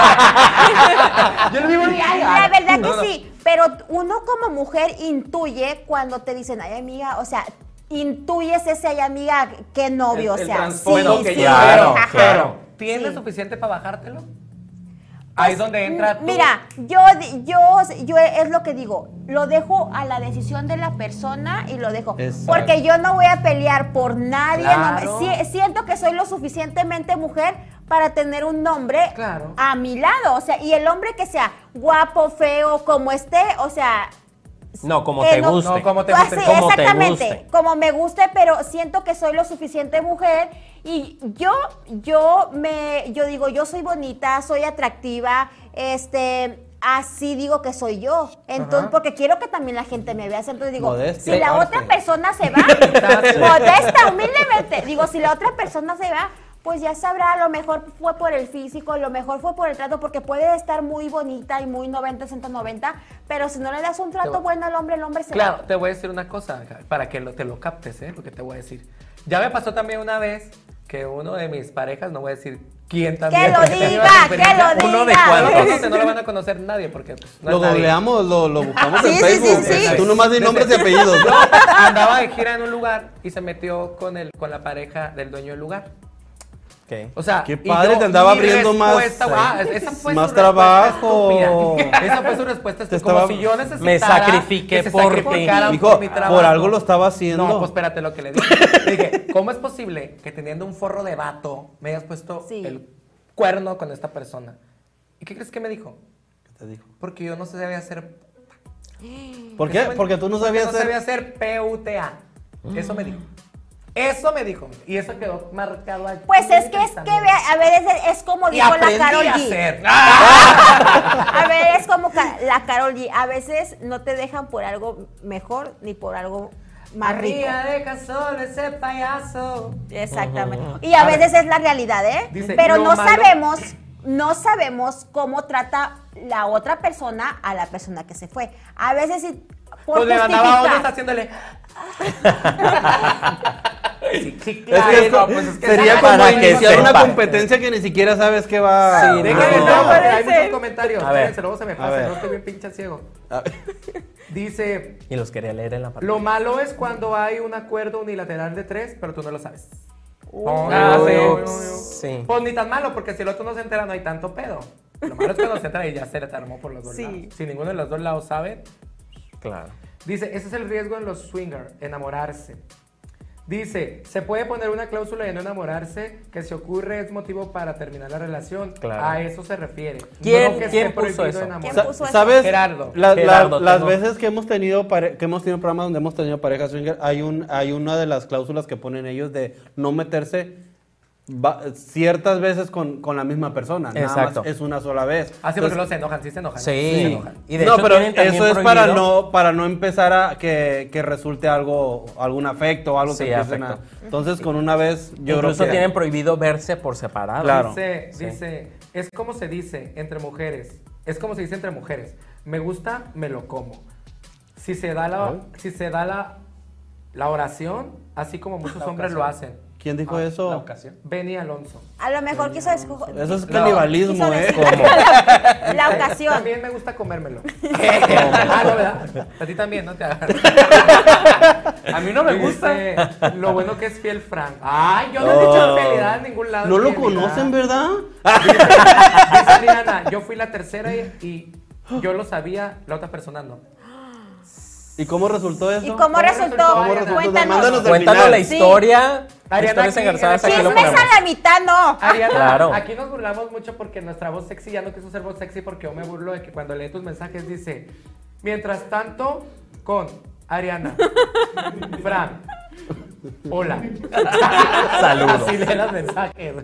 C: pero...
D: Yo lo vivo diario.
C: La verdad
D: No, no.
C: que sí, pero uno como mujer intuye cuando te dicen, ay amiga, o sea, intuyes ese ay amiga, qué novio,
F: El-
C: o
F: el
C: sea,
F: transporte que
G: claro,
C: ajá.
G: claro.
D: ¿Tienes
C: Sí. Pues,
D: suficiente para bajártelo? Ahí es donde entra tú.
C: Mm, Mira, yo, di- yo, yo es lo que digo, lo dejo a la decisión de la persona y lo dejo.
E: Exacto.
C: Porque yo no voy a pelear por nadie. no me-
D: Claro.
C: si- siento que soy lo suficientemente mujer para tener un hombre
D: Claro.
C: a mi lado. O sea, y el hombre que sea guapo, feo, como esté, o sea.
G: No, como
C: que
G: te guste.
D: No, como te
C: Ah,
D: guste.
C: sí,
G: Como te
C: exactamente.
G: guste.
C: Como me guste, pero siento que soy lo suficiente mujer y yo, yo me, yo digo, yo soy bonita, soy atractiva, este, así digo que soy yo. Entonces,
D: Ajá.
C: porque quiero que también la gente me vea. Entonces digo,
E: Modestia
C: si la
E: aparte.
C: otra persona se va, modesta, humildemente, digo, si la otra persona se va. Pues ya sabrá, a lo mejor fue por el físico, a lo mejor fue por el trato, porque puede estar muy bonita y muy 90, 190, pero si no le das un trato bueno al hombre, el hombre se va.
D: Claro, te voy a decir una cosa, Gaby, para que lo- te lo captes, ¿eh? Porque te voy a decir. Ya me pasó también una vez que uno de mis parejas, no voy a decir quién también.
C: lo
D: porque tenía
C: diga,
D: una
C: que
D: diferencia.
C: lo
D: Uno de
C: diga.
D: cuantos, no lo van a conocer nadie porque pues, no
E: Lo
D: es nadie.
E: googleamos, lo, lo buscamos
C: Sí,
E: en
C: sí,
E: Facebook.
C: sí, sí.
E: Tú nomás di nombres y apellidos.
D: No, andaba de gira en un lugar y se metió con el, con la pareja del dueño del lugar. O sea,
E: Qué
D: y
E: padre,
D: yo-
E: te andaba
D: mi
E: abriendo más- eh,
D: respuesta- ah, esa fue
E: más
D: su respuesta
E: trabajo.
D: estúpida. Esa fue su respuesta.
E: Te
D: estúpida, como
E: estaba-
D: si yo necesitara.
G: Me sacrifiqué
D: que se
G: por ti.
D: sacrificaran
E: Hijo,
D: mi
E: por
D: trabajo.
E: algo lo estaba haciendo.
D: No, pues espérate lo que le dije. Le dije, ¿cómo es posible que teniendo un forro de vato me hayas puesto
C: Sí.
D: el cuerno con esta persona? ¿Y qué crees que me dijo?
E: ¿Qué te dijo?
D: Porque yo no sabía hacer.
E: ¿Por qué? Porque tú no sabías
D: No sabía
E: hacer. Mm.
D: hacer PUTA. Eso me dijo. Eso me dijo. Y eso quedó marcado aquí.
C: Pues es que es que,
D: también.
C: vea, a ver, es, es como
D: Y
C: dijo la
D: aprendí
C: Carol
D: a
C: G.
D: hacer. ¡Ah!
C: A ver, es como ca- la Carol G. A veces no te dejan por algo mejor ni por algo más rico.
D: María deja solo ese payaso.
C: Exactamente. Y a,
D: A ver.
C: veces es la realidad, ¿eh?
D: Dice,
C: Pero
D: lo
C: no
D: malo-
C: sabemos, no sabemos cómo trata la otra persona a la persona que se fue. A veces sí, por
D: Pues le mandaba a otros
C: justificar.
D: haciéndole.
G: Sí, sí,
E: Es
G: claro,
E: que es
G: no,
E: co-
G: pues es que
E: sería
G: sí.
E: como
G: Para que
E: iniciar una
G: sepa.
E: competencia que ni siquiera sabes qué va
G: Sí,
D: Dejen
G: Ah,
D: de-
G: no,
D: no, pero hay
H: parece.
D: muchos comentarios.
G: A ver.
D: Espérense, luego se me pasa,
E: ver.
D: no estoy bien pinche ciego. Dice,
G: Y los quería leer en la pantalla.
D: lo malo es cuando hay un acuerdo unilateral de tres, pero tú no lo sabes.
G: Ah, sí. Sí.
D: Pues ni tan malo, porque si el otro no se entera, no hay tanto pedo. Lo malo es cuando se entera y ya se le armó por los dos
H: Sí.
D: lados. Si ninguno de los dos lados sabe,
G: Claro.
D: Dice, ese es el riesgo en los swingers, enamorarse. Dice, se puede poner una cláusula de no enamorarse, que si ocurre es motivo para terminar la relación.
G: Claro.
D: A eso se refiere. No
G: ¿Quién-
D: que esté
G: quién puso
D: prohibido
G: eso?
D: enamorarse.
C: ¿Quién
E: Sa-
C: puso eso?
E: ¿Sabes?
D: Gerardo.
E: La- la-
G: Gerardo,
E: las
G: tengo-
E: veces que hemos tenido pare- que hemos tenido programas donde hemos tenido parejas swinger, hay un hay una de las cláusulas que ponen ellos de no meterse va- ciertas veces con, con la misma persona. Nada más
G: Exacto. Ah,
E: es una sola vez.
D: Así porque
E: Entonces-
D: luego se enojan, Ah, sí se enojan.
G: Pues Sí.
D: se enojan.
G: Y de
E: no,
G: hecho
E: pero
G: tienen también
E: eso es para
G: prohibido-
E: no, para no empezar a que, que resulte algo, algún afecto o algo
G: Sí,
E: que empiecen
G: afecto.
E: a. Entonces, con una vez, yo
G: Incluso
E: creo que.
G: tienen prohibido verse por separado.
E: Claro.
D: Dice, dice, es como se dice entre mujeres. Es como se dice entre mujeres. Me gusta, me lo como. Si se da la, si se da la, la oración, así como muchos hombres lo hacen.
E: ¿Quién dijo
G: Ah,
E: eso?
F: La ocasión.
D: Benny Alonso.
C: A lo mejor quiso escoger.
E: Eso es canibalismo,
C: Quiso
E: ¿eh?
C: decir- La ocasión.
D: También me gusta comérmelo. ah, no, ¿verdad? A ti también, no te hagas.
F: A mí no me gusta.
D: Dice, lo bueno que es fiel Frank. Ay, yo no he
F: Oh.
D: dicho fidelidad en ningún lado.
E: No lo
D: fidelidad.
E: conocen, ¿verdad?
D: Dice Diana, yo fui la tercera y, y yo lo sabía, la otra persona no.
E: ¿Y cómo resultó eso?
C: ¿Y cómo resultó?
D: ¿Cómo resultó?
E: Mándanos
C: Cuéntanos.
E: el-
G: Cuéntanos
E: final.
G: la historia.
D: Ariana
G: Historias
D: King,
G: engarzadas aquí lo
C: Chismes
G: ponemos. Ah.
C: a la mitad, no.
D: Ariana,
G: Claro.
D: aquí nos burlamos mucho porque nuestra voz sexy ya no quiso ser voz sexy porque yo me burlo de que cuando lee tus mensajes dice, mientras tanto, con Ariana, Fran, hola.
G: Saludos.
D: Así lee los mensajes.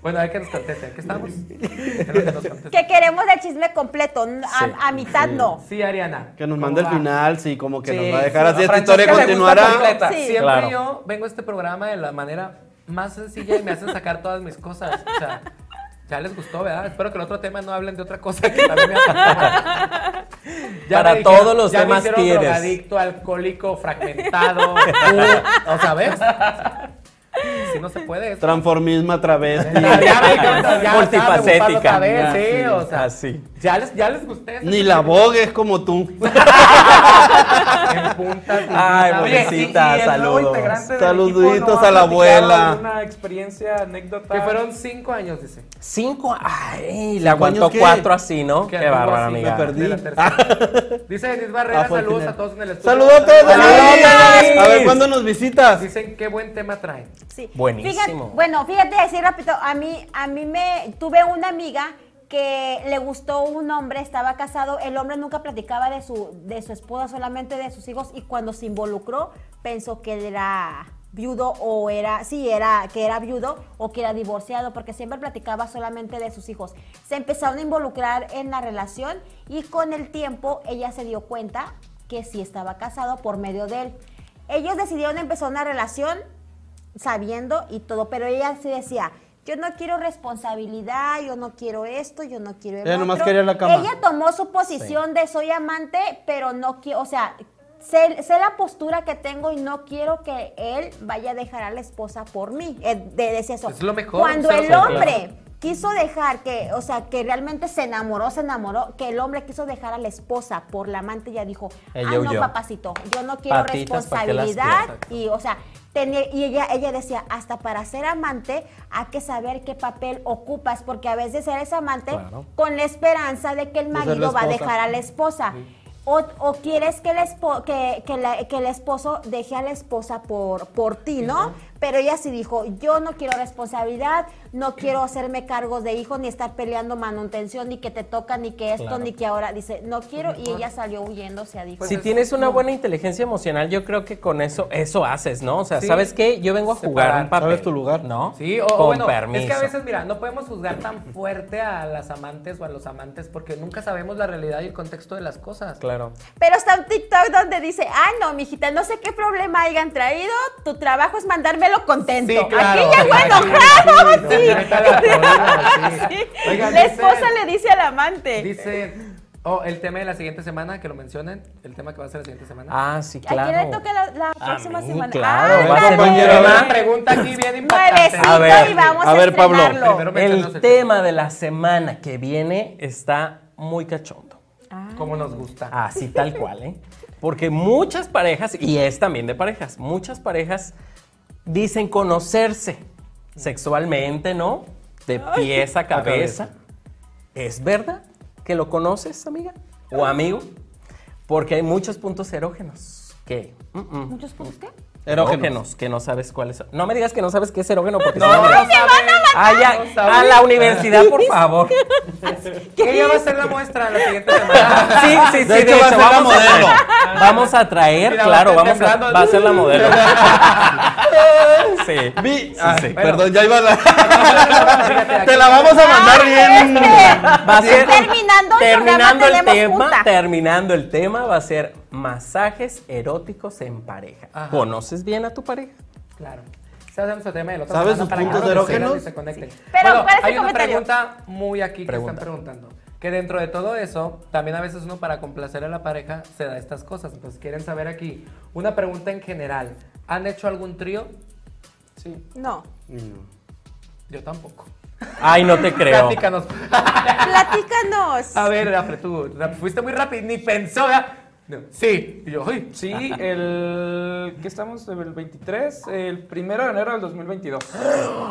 D: Bueno, hay que nos contesten. ¿Qué estamos? En lo que nos contesten.
C: Que queremos el chisme completo. n- A,
G: Sí.
C: a mitad, no.
D: Sí, Ariana.
E: Que nos
D: ¿cómo
E: mande el
D: va?
E: final, sí, como que nos va a
D: Sí,
E: dejar
F: sí,
E: así.
F: a
E: Esta
F: Francesca
E: historia
F: le gusta
E: continuará.
F: completa.
C: Sí.
D: Siempre
G: Claro.
D: yo vengo a este programa de la manera más sencilla y me hacen sacar todas mis cosas. O sea, ya les gustó, ¿verdad? Espero que el otro tema no hablen de otra cosa que también me afecta.
G: Para
D: me
G: todos los
D: ya me
G: temas
D: hicieron
G: tienes.
D: drogadicto, alcohólico, fragmentado. uh, ¿O sabes? Si no se puede. es-
E: Transformisma travesti.
D: Ya, ya me dijeron, ya, ya, me gustó
G: Multifacética.
D: otra vez, sí, o sea,
G: Así.
D: Ya les, ya les gusté.
E: Ni la bogues como tú.
D: En puntas.
G: Ay,
D: divinas.
G: bonito. Pobrecita,
F: y- y el nuevo
G: saludos.
F: integrante del
E: Saluditos
F: equipo nos
E: a la
F: ha platicado
E: abuela.
F: alguna experiencia, anécdota.
D: Que fueron cinco años, dice.
G: Cinco. Ay, le aguantó
E: años qué?
G: cuatro así, ¿no?
D: Que
G: Qué,
D: algo
G: bárbara,
D: así,
G: amiga.
E: me perdí.
D: de la tercera. Dice Denis Barrera,
E: Ah, fue el
D: saludos
E: final.
D: a todos en el estudio.
E: Saludos a todos,
G: Saludos,
E: Denise.
G: Denise.
E: A ver, ¿cuándo nos visitas?
D: Dicen qué buen tema traen.
C: Sí.
G: Buenísimo.
C: Fíjate- bueno, fíjate decir rápido, a mí, a mí me tuve una amiga que le gustó un hombre, estaba casado, el hombre nunca platicaba de su, de su esposa, solamente de sus hijos, y cuando se involucró, pensó que él era viudo o era, sí, era, que era viudo o que era divorciado, porque siempre platicaba solamente de sus hijos. Se empezaron a involucrar en la relación y con el tiempo ella se dio cuenta que sí estaba casado por medio de él. Ellos decidieron empezar una relación, sabiendo y todo, pero ella sí decía, yo no quiero responsabilidad, yo no quiero esto, yo no quiero el
E: Ella nomás
C: otro".
E: quería la cama.
C: Ella tomó su posición de soy amante, pero no quiero, o sea, sé, sé la postura que tengo y no quiero que él vaya a dejar a la esposa por mí. Eh, de- decía eso.
D: Es lo mejor,
C: Cuando
D: o sea,
C: el
D: sí, claro.
C: hombre quiso dejar que, o sea, que realmente se enamoró, se enamoró, que el hombre quiso dejar a la esposa por la amante, ya dijo,
G: Ella
C: ah, no,
G: huyó.
C: papacito, yo no quiero
G: Patitas, ¿para qué las
C: responsabilidad,
G: quiero?
C: y, o sea, tenía- y ella, ella decía, hasta para ser amante hay que saber qué papel ocupas, porque a veces eres amante
G: Claro.
C: con la esperanza de que el
E: ser la
C: marido va a
E: esposa.
C: dejar a la esposa. O, o quieres que el, espo- que, que la- que el esposo deje a la esposa por, por ti, ¿no? Pero ella sí dijo, yo no quiero responsabilidad, no quiero hacerme cargos de hijo, ni estar peleando manutención, ni que te toca, ni que esto,
G: Claro.
C: ni que ahora. Dice, no quiero, y ella salió huyendo, se dijo.
D: Pues
G: si tienes una buena inteligencia emocional, yo creo que con eso eso haces, ¿no? O sea,
D: Sí.
G: ¿sabes qué? Yo vengo a jugar
D: Separar.
G: un papel.
E: ¿Sabes tu lugar?
G: ¿No?
D: Sí, o, o
G: Con
D: bueno,
G: permiso.
D: es que a veces, mira, no podemos juzgar tan fuerte a las amantes o a los amantes porque nunca sabemos la realidad y el contexto de las cosas.
G: Claro.
C: Pero está un TikTok donde dice, ah, no, mijita, no sé qué problema hayan traído, tu trabajo es mandármelo contento.
D: Sí, claro.
C: Aquí llegó enojado,
D: Sí,
C: sí.
D: ahorita la corona, sí.
H: Sí.
D: Oigan,
H: la
D: dice-
H: esposa le dice al amante.
D: Dice, Oh, el tema de la siguiente semana, que lo mencionen. El tema que va a ser la siguiente semana.
G: Ah, sí,
C: ¿A quién
G: claro.
C: le toca la, la próxima
G: mí,
C: semana?
G: claro,
C: Ándale.
G: va a ser
D: Pero
G: compañero.
D: una pregunta aquí bien impactante.
C: Nuevecito
G: A ver,
C: y vamos a,
E: a ver, Pablo.
C: estrenarlo.
D: Primero mencionanos
G: El
D: el
G: tema de la semana que viene está muy cachondo.
D: Como nos gusta.
G: Así tal cual, ¿eh? Porque muchas parejas, y es también de parejas, muchas parejas dicen conocerse sexualmente, ¿no? De pies a cabeza. ¿Es verdad que lo conoces, amiga? ¿O amigo? Porque hay muchos puntos erógenos que... mm, mm,
C: ¿Muchos puntos qué?
G: Erógenos, que no sabes cuáles son. No me digas que no sabes qué es erógeno porque...
D: No,
G: si
D: no saben.
G: Ay, Ah, ya,
D: No
G: a
D: saben.
G: la universidad, por favor.
D: Ella va a ser la muestra la siguiente semana.
G: Sí, sí, sí.
E: De hecho, va a ser la
G: vamos,
E: modelo.
G: traer, vamos a traer,
D: Mira, va a
G: claro,
D: estar
G: vamos a,
D: temblando.
G: va a ser la modelo. sí.
E: Vi- Ay,
G: sí.
E: Ah, Perdón, ya iba a la...
D: Fíjate, aquí-
E: Te la vamos a mandar bien.
G: Va a ser,
C: Terminando el
G: terminando
C: programa,
G: el
C: tenemos
G: tema,
C: junta.
G: terminando el tema va a ser masajes eróticos en pareja.
D: Ajá.
G: ¿Conoces bien a tu pareja?
D: Claro. Se hace nuestro tema del otro
E: ¿Sabes sus puntos erógenos?
D: se conecten.
C: Pero, ¿cuál es el
D: hay una
C: comentario?
D: pregunta muy aquí que
G: Pregunta.
D: están preguntando. Que dentro de todo eso, también a veces uno para complacer a la pareja se da estas cosas. Entonces quieren saber aquí, una pregunta en general. ¿Han hecho algún trío? Sí.
C: No.
D: Yo tampoco.
G: Ay, no te creo.
D: Platícanos.
C: Platícanos.
D: A ver, Rafa, tú Rafa, fuiste muy rápido, ni pensó, ¿verdad? No. Sí. Y yo, uy.
F: Sí, el que estamos el 23, el primero de enero del 2022.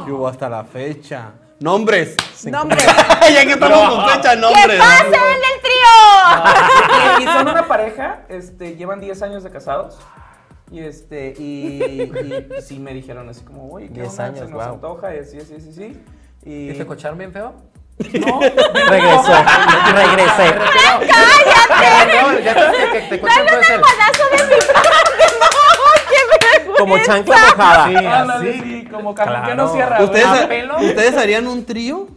E: Y hubo hasta la fecha. Nombres.
C: Nombre.
E: ya que estamos con fecha,
C: ¡Que
E: nombres.
C: pasen el trío!
F: y, y son una pareja, este, llevan 10 años de casados. Y este, y, y sí me dijeron así como, oye, ¿qué
G: 10
F: onda? Se
G: años,
F: nos
G: wow.
F: antoja, y así, así, así, así. Y,
D: ¿Y este te cocharon bien feo?
F: no,
G: Regresó, regresé.
D: ¡Cállate! Ya sabes que te cocharon feo es él.
G: Como chancla mojada.
D: Ah, Sí.
F: ándale,
D: así.
F: sí, como cajón que
G: Claro.
F: no cierra. güey. ¿A
E: ¿Ustedes,
F: pelo?
E: ¿Ustedes harían un trío?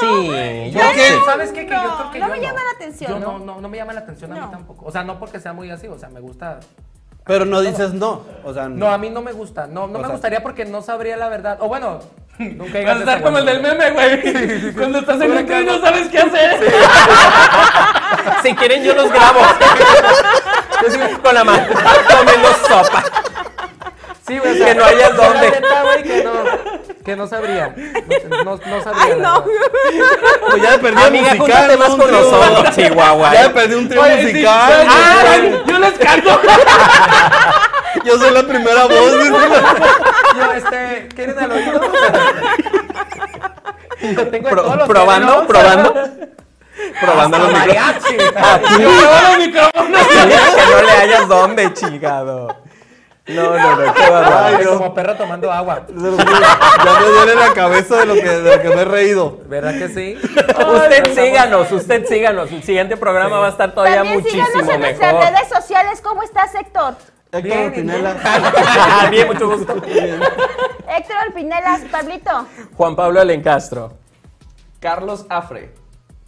G: Sí, yo
E: ¿Por qué?
D: ¿Sabes qué? Que yo creo que
C: No
D: yo
C: me llama la atención,
D: Yo
C: ¿no?
D: no, no, no me llama la atención a
C: No.
D: mí tampoco. O sea, no porque sea muy así, o sea, me gusta.
E: Pero no dices no. O sea,
D: No, a mí no me gusta. No, no me
E: sea-
D: gustaría porque no sabría la verdad. O bueno, nunca
F: Vas a estar como el del meme, güey. Cuando estás en un trío y no sabes qué hacer.
G: Si quieren, yo los grabo. con la mano, comiendo sopa.
D: Sí, güey, o
G: Que no hayas
D: la
G: dónde.
D: neta, güey, que no, que no sabría. No, no- no sabría.
C: Ay,
D: la
C: no.
D: verdad.
E: Pues ya perdí un
G: Amiga, júntate
E: musical.
G: más
E: ¿no? Un
G: con
E: trío.
G: nosotros, Chihuahua.
E: Ya perdí un trío
F: Oye, sí,
E: musical.
F: ah, yo les canto.
E: Yo soy la primera voz. dice.
D: Yo, este, ¿quieren al oído? Yo tengo de
G: Pro-
D: todos los
G: probando,
D: géneros.
G: probando. Probando los micrófonos.
D: Mariachi.
G: que no le hayas dónde, chingado. No, no, no, qué bárbaro.
E: Ay, no.
D: Como perro tomando agua.
E: Ya me duele la cabeza de lo que, de lo que me he reído.
D: ¿Verdad que sí?
G: Usted síganos, usted síganos. El siguiente programa va a estar todavía
C: También síganos
G: muchísimo
C: en
G: mejor.
C: nuestras redes sociales. ¿Cómo estás, Héctor?
E: Héctor
D: Bien,
E: Ortinela.
G: Bien, mucho gusto.
C: Héctor Alpinelas, Pablito.
G: Juan Pablo Alencastro.
F: Carlos Afre.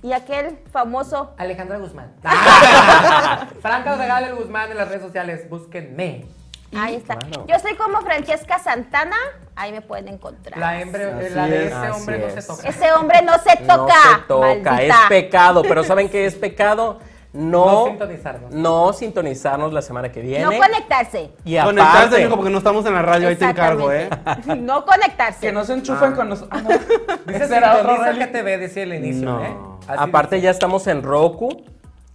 C: Y aquel famoso.
D: Alejandra Guzmán. Franca Osegal el Guzmán en las redes sociales. Búsquenme.
C: Ahí está.
G: claro.
C: Yo soy como Francesca Santana. Ahí me pueden encontrar.
D: La, hembre-
E: Así
D: la de
E: es.
D: ese hombre
G: Así
D: no
G: es.
D: se toca.
C: Ese hombre no se toca.
G: No se toca,
C: maldita.
G: es pecado, pero ¿saben qué es pecado? No,
D: No sintonizarnos.
G: no sintonizarnos la semana que viene.
C: No conectarse.
G: y
E: Conectarse,
G: aparte,
E: mijo, porque no estamos en la radio, ahí te encargo, ¿eh?
C: Exactamente. No conectarse.
F: Que no se enchufen con nosotros.
D: Dice
F: será otro
D: sintoniza que
F: reality.
D: te ve, decía el inicio,
E: No.
D: ¿eh? Así
G: aparte ya estamos en Roku.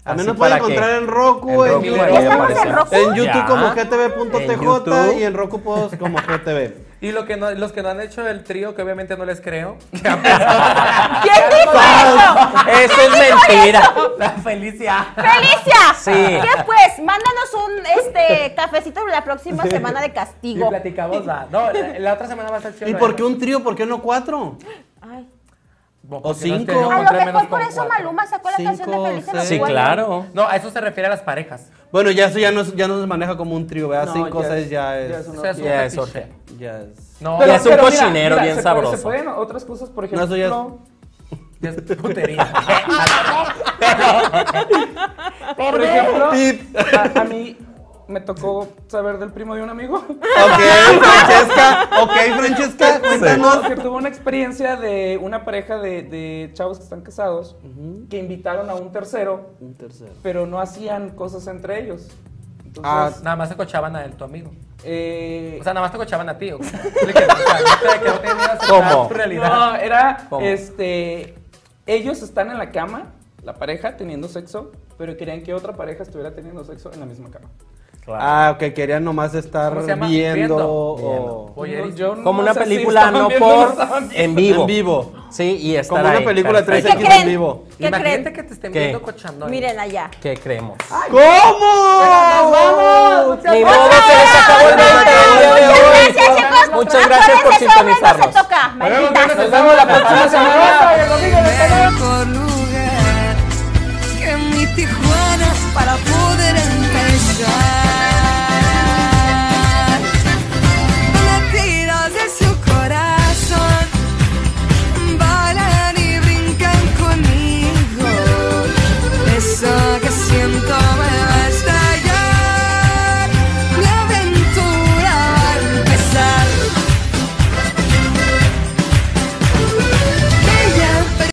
E: También
G: así
E: nos pueden
G: para que-
E: encontrar en Roku,
G: en
E: en
G: Roku,
E: YouTube.
G: ahí
C: ¿Ya estamos en
G: aparecemos.
C: Roku?
E: En YouTube
G: Ya.
E: como
G: En YouTube.
E: gtv.tj y en Roku Post como gtv.
D: dice. Y lo que no, los que no han hecho el trío, que obviamente no les creo.
C: ¿Quién dijo eso?
G: Eso es mentira.
D: la felicidad.
C: ¡Felicia!
G: Sí.
C: ¿Qué pues? Mándanos un este cafecito la próxima semana de
D: Y
C: castigo.
D: platicamos, va. No, la, la otra semana va a ser chido.
E: ¿Y por qué un trío? ¿Por qué no cuatro?
C: Ay.
D: O
E: cinco? No
C: A lo mejor por eso Maluma sacó la
E: Cinco,
C: canción de Felicia
E: seis.
C: los
G: Sí,
E: Bueno.
G: claro.
D: No, a eso se refiere a las parejas.
E: Bueno, ya eso ya no, es- ya no se maneja como un trío, ¿verdad? Cinco, seis ya es.
D: O sea, es un
G: Ya es
D: fetiche.
G: orgía.
E: ya es-
D: No,
G: Ya
D: ya
G: es un cochinero bien
F: se
G: sabroso.
F: se pueden otras cosas, por
E: No,
F: ejemplo.
E: eso ya es-
D: es putería.
F: Por ejemplo, a, a mí me tocó saber del primo de un amigo.
E: Ok, Francesca. Ok, Francesca,
G: Ah,
E: cuéntanos.
F: que tuvo una experiencia de una pareja de, de chavos que están casados que invitaron a un tercero,
E: Un tercero.
F: pero no hacían cosas entre ellos. Entonces,
E: Ah,
D: Nada más te cochaban a él, tu amigo.
F: eh,
D: O sea, nada más te cochaban a ti. ¿o qué? De que, o sea, no te- que no tenías aceptar
G: ¿Cómo?
D: tu realidad.
F: No, era,
G: ¿Cómo?
F: este, ellos están en la cama, la pareja teniendo sexo, pero querían que otra pareja estuviera teniendo sexo en la misma cama.
E: Ah, ok, querían nomás estar
D: ¿Cómo se
E: viendo,
D: llama? Viendo.
E: o-
D: Oye,
F: No,
D: eres-
F: yo no
G: Como una
F: sé si
G: película
F: estaban
G: no
F: viendo o
G: por
F: estaban
G: en
F: viendo.
G: vivo.
E: En vivo.
G: Sí, y está
E: Como una película
H: ¿Qué
E: 3X.
G: perfecto.
E: en
H: creen?
E: vivo.
H: ¿Qué
D: Imagínate
H: creen?
D: que te estén
G: ¿Qué?
D: viendo cochando. ¿eh?
H: Miren allá.
G: ¿Qué creemos?
E: ¿Cómo?
G: Ni modo, se les acabó el
E: Muchas
G: veinte el día
C: Muchas gracias,
G: de hoy.
C: chicos.
G: Muchas gracias por
C: Acuérdense, ese hombre
G: sintonizarnos.
C: No se toca, maldita.
F: Nos vemos la próxima semana.
B: mejor lugar que mi Tijuana para poder empezar.